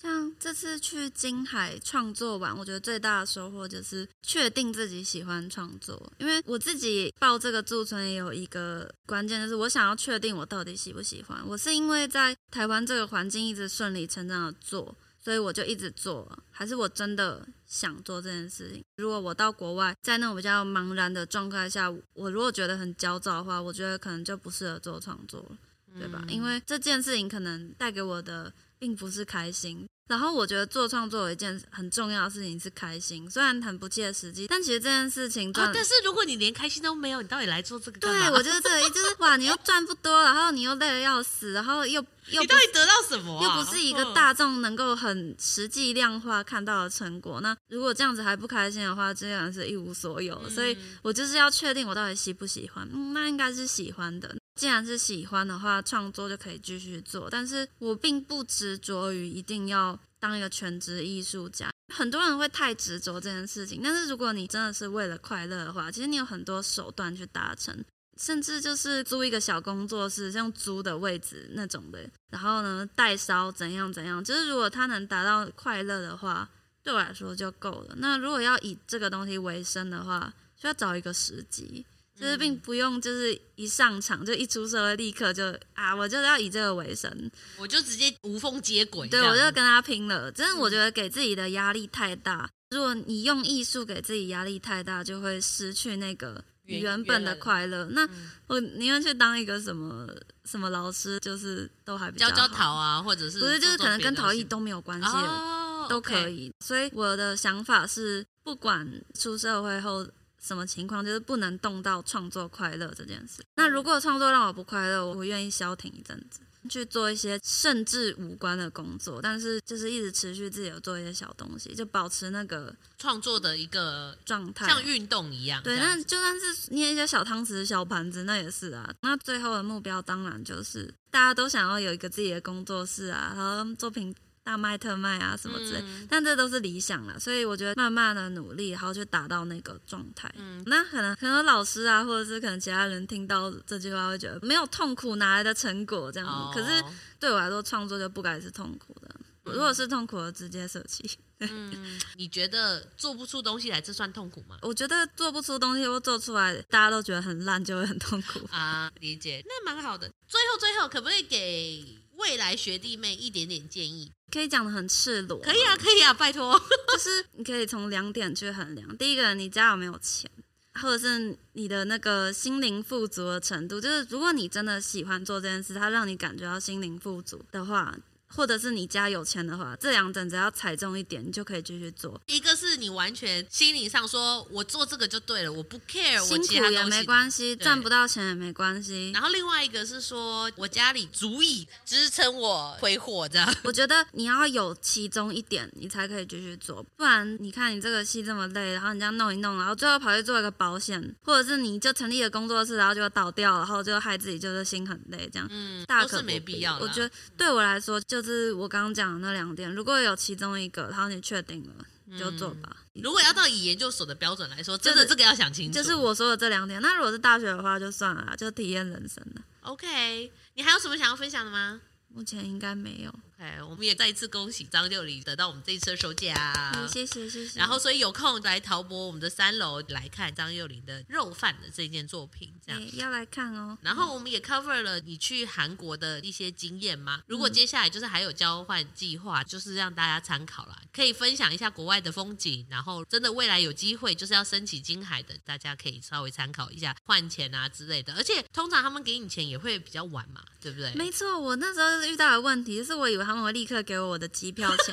[SPEAKER 2] 像这次去金海创作完，我觉得最大的收获就是确定自己喜欢创作。因为我自己报这个驻村也有一个关键，就是我想要确定我到底喜不喜欢。我是因为在台湾这个环境一直顺理成章的做，所以我就一直做，还是我真的想做这件事情？如果我到国外，在那种比较茫然的状态下，我如果觉得很焦躁的话，我觉得可能就不适合做创作了。对吧？因为这件事情可能带给我的并不是开心。然后我觉得做创作有一件很重要的事情是开心，虽然很不切实际，但其实这件事情赚、
[SPEAKER 1] 啊，但是如果你连开心都没有，你到底来做这个干嘛？
[SPEAKER 2] 哦
[SPEAKER 1] 啊
[SPEAKER 2] 对我就是这个意思， 就是哇，你又赚不多，然后你又累得要死，然后又又
[SPEAKER 1] 你
[SPEAKER 2] 不
[SPEAKER 1] 到底得到什么、啊？
[SPEAKER 2] 又不是一个大众能够很实际量化看到的成果。那如果这样子还不开心的话，这样是一无所有。
[SPEAKER 1] 嗯
[SPEAKER 2] 所以我就是要确定我到底喜不喜欢。嗯，那应该是喜欢的。既然是喜欢的话，创作就可以继续做。但是我并不执着于一定要当一个全职艺术家。很多人会太执着这件事情，但是如果你真的是为了快乐的话，其实你有很多手段去达成。甚至就是租一个小工作室，像租的位置那种的，然后呢代烧怎样怎样，就是如果他能达到快乐的话，对我来说就够了。那如果要以这个东西为生的话，就要找一个时机，就是并不用就是一上场就一出社会立刻就啊，我就是要以这个为生，
[SPEAKER 1] 嗯我就直接无缝接轨这
[SPEAKER 2] 对
[SPEAKER 1] 样。
[SPEAKER 2] 我就跟他拼了。真的，我觉得给自己的压力太大。如果你用艺术给自己压力太大，就会失去那个
[SPEAKER 1] 原
[SPEAKER 2] 原本
[SPEAKER 1] 原来
[SPEAKER 2] 的
[SPEAKER 1] 的
[SPEAKER 2] 快乐。那
[SPEAKER 1] 嗯
[SPEAKER 2] 我宁愿去当一个什么什么老师，就是都还比较
[SPEAKER 1] 教教
[SPEAKER 2] 好
[SPEAKER 1] 陶啊，或者是
[SPEAKER 2] 不是就是
[SPEAKER 1] 做
[SPEAKER 2] 可能跟陶艺
[SPEAKER 1] 别的
[SPEAKER 2] 都没有关系
[SPEAKER 1] 东西
[SPEAKER 2] 了，
[SPEAKER 1] 哦，
[SPEAKER 2] 都可
[SPEAKER 1] OK。
[SPEAKER 2] 以。所以我的想法是，不管出社会后什么情况，就是不能动到创作快乐这件
[SPEAKER 1] 嗯
[SPEAKER 2] 事。那如果创作让我不快乐，我愿意消停一阵子。去做一些甚至无关的工作，但是就是一直持续自己有做一些小东西，就保持那个
[SPEAKER 1] 创作的一个
[SPEAKER 2] 状态，
[SPEAKER 1] 像运动一样这
[SPEAKER 2] 对，
[SPEAKER 1] 样子。
[SPEAKER 2] 那就算是捏一些小汤匙、小盘子，那也是啊。那最后的目标当然就是大家都想要有一个自己的工作室啊，然后作品大卖特卖啊什么之类。
[SPEAKER 1] 嗯
[SPEAKER 2] 但这都是理想啦，所以我觉得慢慢的努力，然后去达到那个状态。
[SPEAKER 1] 嗯
[SPEAKER 2] 那可能可能老师啊，或者是可能其他人听到这句话会嗯觉得没有痛苦哪来的成果这样子。可是
[SPEAKER 1] 哦
[SPEAKER 2] 对我来说，创作就不该是痛苦的。如果是痛苦的，直接舍弃。
[SPEAKER 1] 嗯，你觉得做不出东西来，这算痛苦吗？
[SPEAKER 2] 我觉得做不出东西或做出来，大家都觉得很烂，就会很痛苦。
[SPEAKER 1] 啊，理解，那蛮好的。最后，最后，可不可以给未来学弟妹一点点建议？
[SPEAKER 2] 可以讲的很赤裸，
[SPEAKER 1] 可以啊，可以啊，拜托。
[SPEAKER 2] 就是你可以从两点去衡量：第一个，你家有没有钱，或者是你的那个心灵富足的程度。就是如果你真的喜欢做这件事，它让你感觉到心灵富足的话，或者是你家有钱的话，这两点只要踩中一点，你就可以继续做。
[SPEAKER 1] 一个是你完全心理上说，我做这个就对了，我不 care 我
[SPEAKER 2] 辛
[SPEAKER 1] 其
[SPEAKER 2] 苦
[SPEAKER 1] 他
[SPEAKER 2] 也
[SPEAKER 1] 东
[SPEAKER 2] 没
[SPEAKER 1] 西。
[SPEAKER 2] 关系，
[SPEAKER 1] 对
[SPEAKER 2] 赚不到钱也没关系。
[SPEAKER 1] 然后另外一个是说，我家里足以支撑我挥霍这样。
[SPEAKER 2] 我觉得你要有其中一点，你才可以继续做，不然你看你这个戏这么累，然后你这样弄一弄，然后最后跑去做一个保险，或者是你就成立了工作室，然后就倒掉，然后就害自己就是心很累，这样、
[SPEAKER 1] 嗯，
[SPEAKER 2] 大
[SPEAKER 1] 都
[SPEAKER 2] 可
[SPEAKER 1] 是
[SPEAKER 2] 不
[SPEAKER 1] 没
[SPEAKER 2] 必
[SPEAKER 1] 必要啦。啊
[SPEAKER 2] 我觉得对我来说，就是我刚刚讲的那两点，如果有其中一个，然后你确定了，你就做吧。
[SPEAKER 1] 如果要到以研究所的标准来说，真
[SPEAKER 2] 就
[SPEAKER 1] 的
[SPEAKER 2] 是
[SPEAKER 1] 这个要想清楚。
[SPEAKER 2] 就是我说的这两点，那如果是大学的话就算了啦，就体验人生了。
[SPEAKER 1] OK，你还有什么想要分享的吗
[SPEAKER 2] 目前应该没有，
[SPEAKER 1] ？OK，我们也再一次恭喜张六里得到我们这一次的首奖。
[SPEAKER 2] 嗯，谢谢谢谢。
[SPEAKER 1] 然后，所以有空来陶博我们的三楼来看张幼林的《肉贩》的这件作品，这样。
[SPEAKER 2] 哎要来看哦，
[SPEAKER 1] 然后我们也 cover 了你去韩国的一些经验嘛。如果接下来就是还有交换计划，就是让大家参考啦，可以分享一下国外的风景。然后真的未来有机会就是要升起金海的，大家可以稍微参考一下换钱啊之类的。而且通常他们给你钱也会比较晚嘛，对不对？
[SPEAKER 2] 没错，我那时候遇到的问题就是，我以为他们会立刻给我我的机票钱，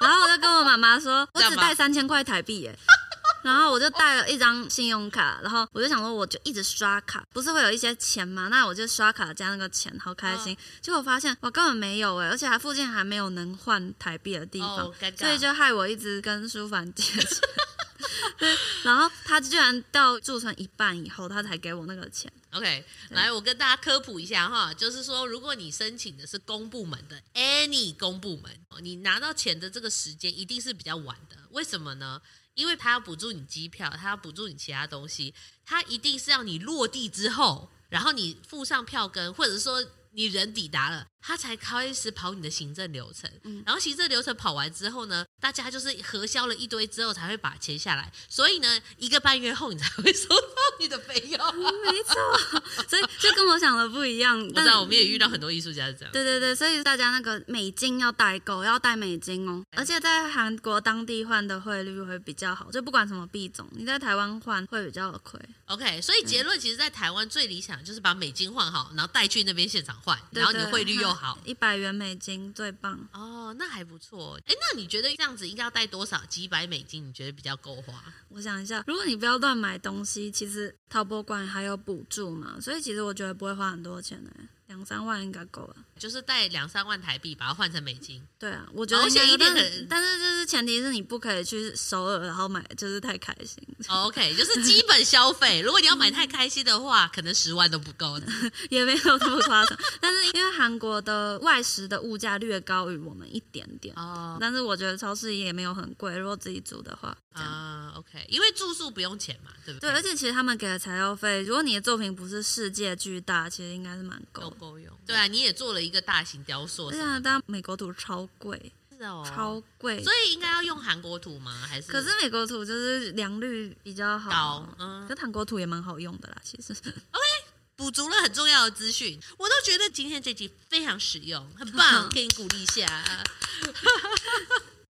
[SPEAKER 2] 然后我就跟我妈 妈说，我
[SPEAKER 1] 干
[SPEAKER 2] 只
[SPEAKER 1] 嘛
[SPEAKER 2] 带三千块台 币耶。然后我就带了一张信用卡，然后我就想说，我就一直刷卡，不是会有一些钱嘛？那我就刷卡加那个钱，好开
[SPEAKER 1] 哦
[SPEAKER 2] 心。结果发现我根本没有哎，而且还附近还没有能换台币的地方，
[SPEAKER 1] 哦，尴尬。
[SPEAKER 2] 所以就害我一直跟舒凡借钱。 对，然后他居然到驻村一半以后，他才给我那个钱。
[SPEAKER 1] OK，
[SPEAKER 2] 对
[SPEAKER 1] 来，我跟大家科普一下哈，就是说，如果你申请的是公部门的 any 公部门，你拿到钱的这个时间一定是比较晚的。为什么呢？因为他要补助你机票，他要补助你其他东西，他一定是要你落地之后，然后你付上票根，或者说你人抵达了，他才开始跑你的行政流程。然后行政流程跑完之后呢，大家就是核销了一堆之后才会把钱下来，所以呢，一个半月后你才会收到你的费用。
[SPEAKER 2] 没错， 所以就跟我想的不一样。
[SPEAKER 1] 我
[SPEAKER 2] 但
[SPEAKER 1] 知道，我们也遇到很多艺术家是这样。
[SPEAKER 2] 对对对，所以大家那个美金要代购，要带美金哦。而且在韩国当地换的汇率会比较好，就不管什么币种，你在台湾换会比较亏。
[SPEAKER 1] OK，所以结论其实，在台湾最理想就是把美金换好，然后带去那边现场换，
[SPEAKER 2] 对
[SPEAKER 1] 然后你
[SPEAKER 2] 对
[SPEAKER 1] 汇率又好。
[SPEAKER 2] 一百元美金最棒。
[SPEAKER 1] 哦，那还不错。哎，那你觉得这样子应该要带多少？几百美金你觉得比较够花？
[SPEAKER 2] 我想一下，如果你不要乱买东西，其实淘宝馆还有补助嘛，所以其实我觉得不会花很多钱的、欸两三万应该够了。
[SPEAKER 1] 就是带两三万台币把它换成美金。
[SPEAKER 2] 对啊，我觉得
[SPEAKER 1] 而且
[SPEAKER 2] 应该
[SPEAKER 1] 一定
[SPEAKER 2] 但
[SPEAKER 1] 很
[SPEAKER 2] 但是就是前提是你不可以去首尔，然后买就是太开心。
[SPEAKER 1] 哦 OK，就是基本消费。如果你要买太开心的话，可能十万都不 够。
[SPEAKER 2] 也没有这么夸张，但是因为韩国的外食的物价略高于我们一点点，
[SPEAKER 1] 哦
[SPEAKER 2] 但是我觉得超市也没有很贵，如果自己煮的话，这样。
[SPEAKER 1] 啊，OK，因为住宿不用钱嘛，对不
[SPEAKER 2] 对，而且其实他们给的材料费，如果你的作品不是世界巨大，其实应该是蛮
[SPEAKER 1] 够
[SPEAKER 2] 够的。
[SPEAKER 1] 够用。对啊，你也做了一个大型雕塑
[SPEAKER 2] 而
[SPEAKER 1] 什
[SPEAKER 2] 且
[SPEAKER 1] 么的，
[SPEAKER 2] 当然美国图超贵，
[SPEAKER 1] 是哦，
[SPEAKER 2] 超贵
[SPEAKER 1] 所。以应该要用韩国图吗？还是
[SPEAKER 2] 啊可是美国图就是良率比较好
[SPEAKER 1] 高，，嗯，
[SPEAKER 2] 可是韩国图也蛮好用的啦，其 实。
[SPEAKER 1] 补足了很重要的资讯，我都觉得今天这集非常实用，很棒，给你鼓励一下。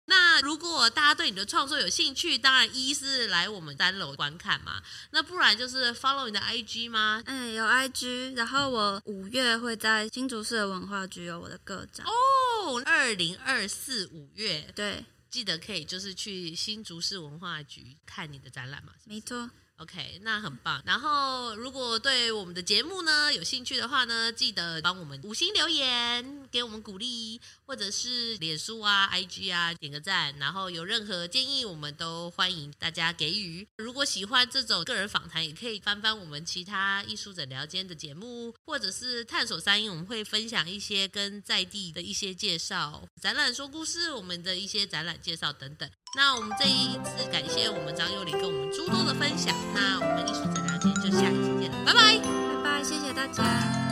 [SPEAKER 1] 那如果大家对你的创作有兴趣，当然一是来我们三楼观看嘛，那不然就是 follow 你的 IG 吗？
[SPEAKER 2] 哎，有 IG，然后我五月会在新竹市的文化局有我的个展，
[SPEAKER 1] 哦，二零二四五月
[SPEAKER 2] 对，
[SPEAKER 1] 记得可以就是去新竹市文化局看你的展览嘛，
[SPEAKER 2] 没错。
[SPEAKER 1] OK，那很棒。然后，如果对我们的节目呢有兴趣的话呢，记得帮我们五星留言，给我们鼓励，或者是脸书啊、IG 啊点个赞。然后有任何建议，我们都欢迎大家给予。如果喜欢这种个人访谈，也可以翻翻我们其他艺术诊疗间的节目，或者是探索三英，我们会分享一些跟在地的一些介绍，展览说故事，我们的一些展览介绍等等。那我们这一次感谢我们张幼林跟我们诸多的分享，那我们艺术诊疗间就下一期见了，拜拜。
[SPEAKER 2] 拜拜，谢谢大家。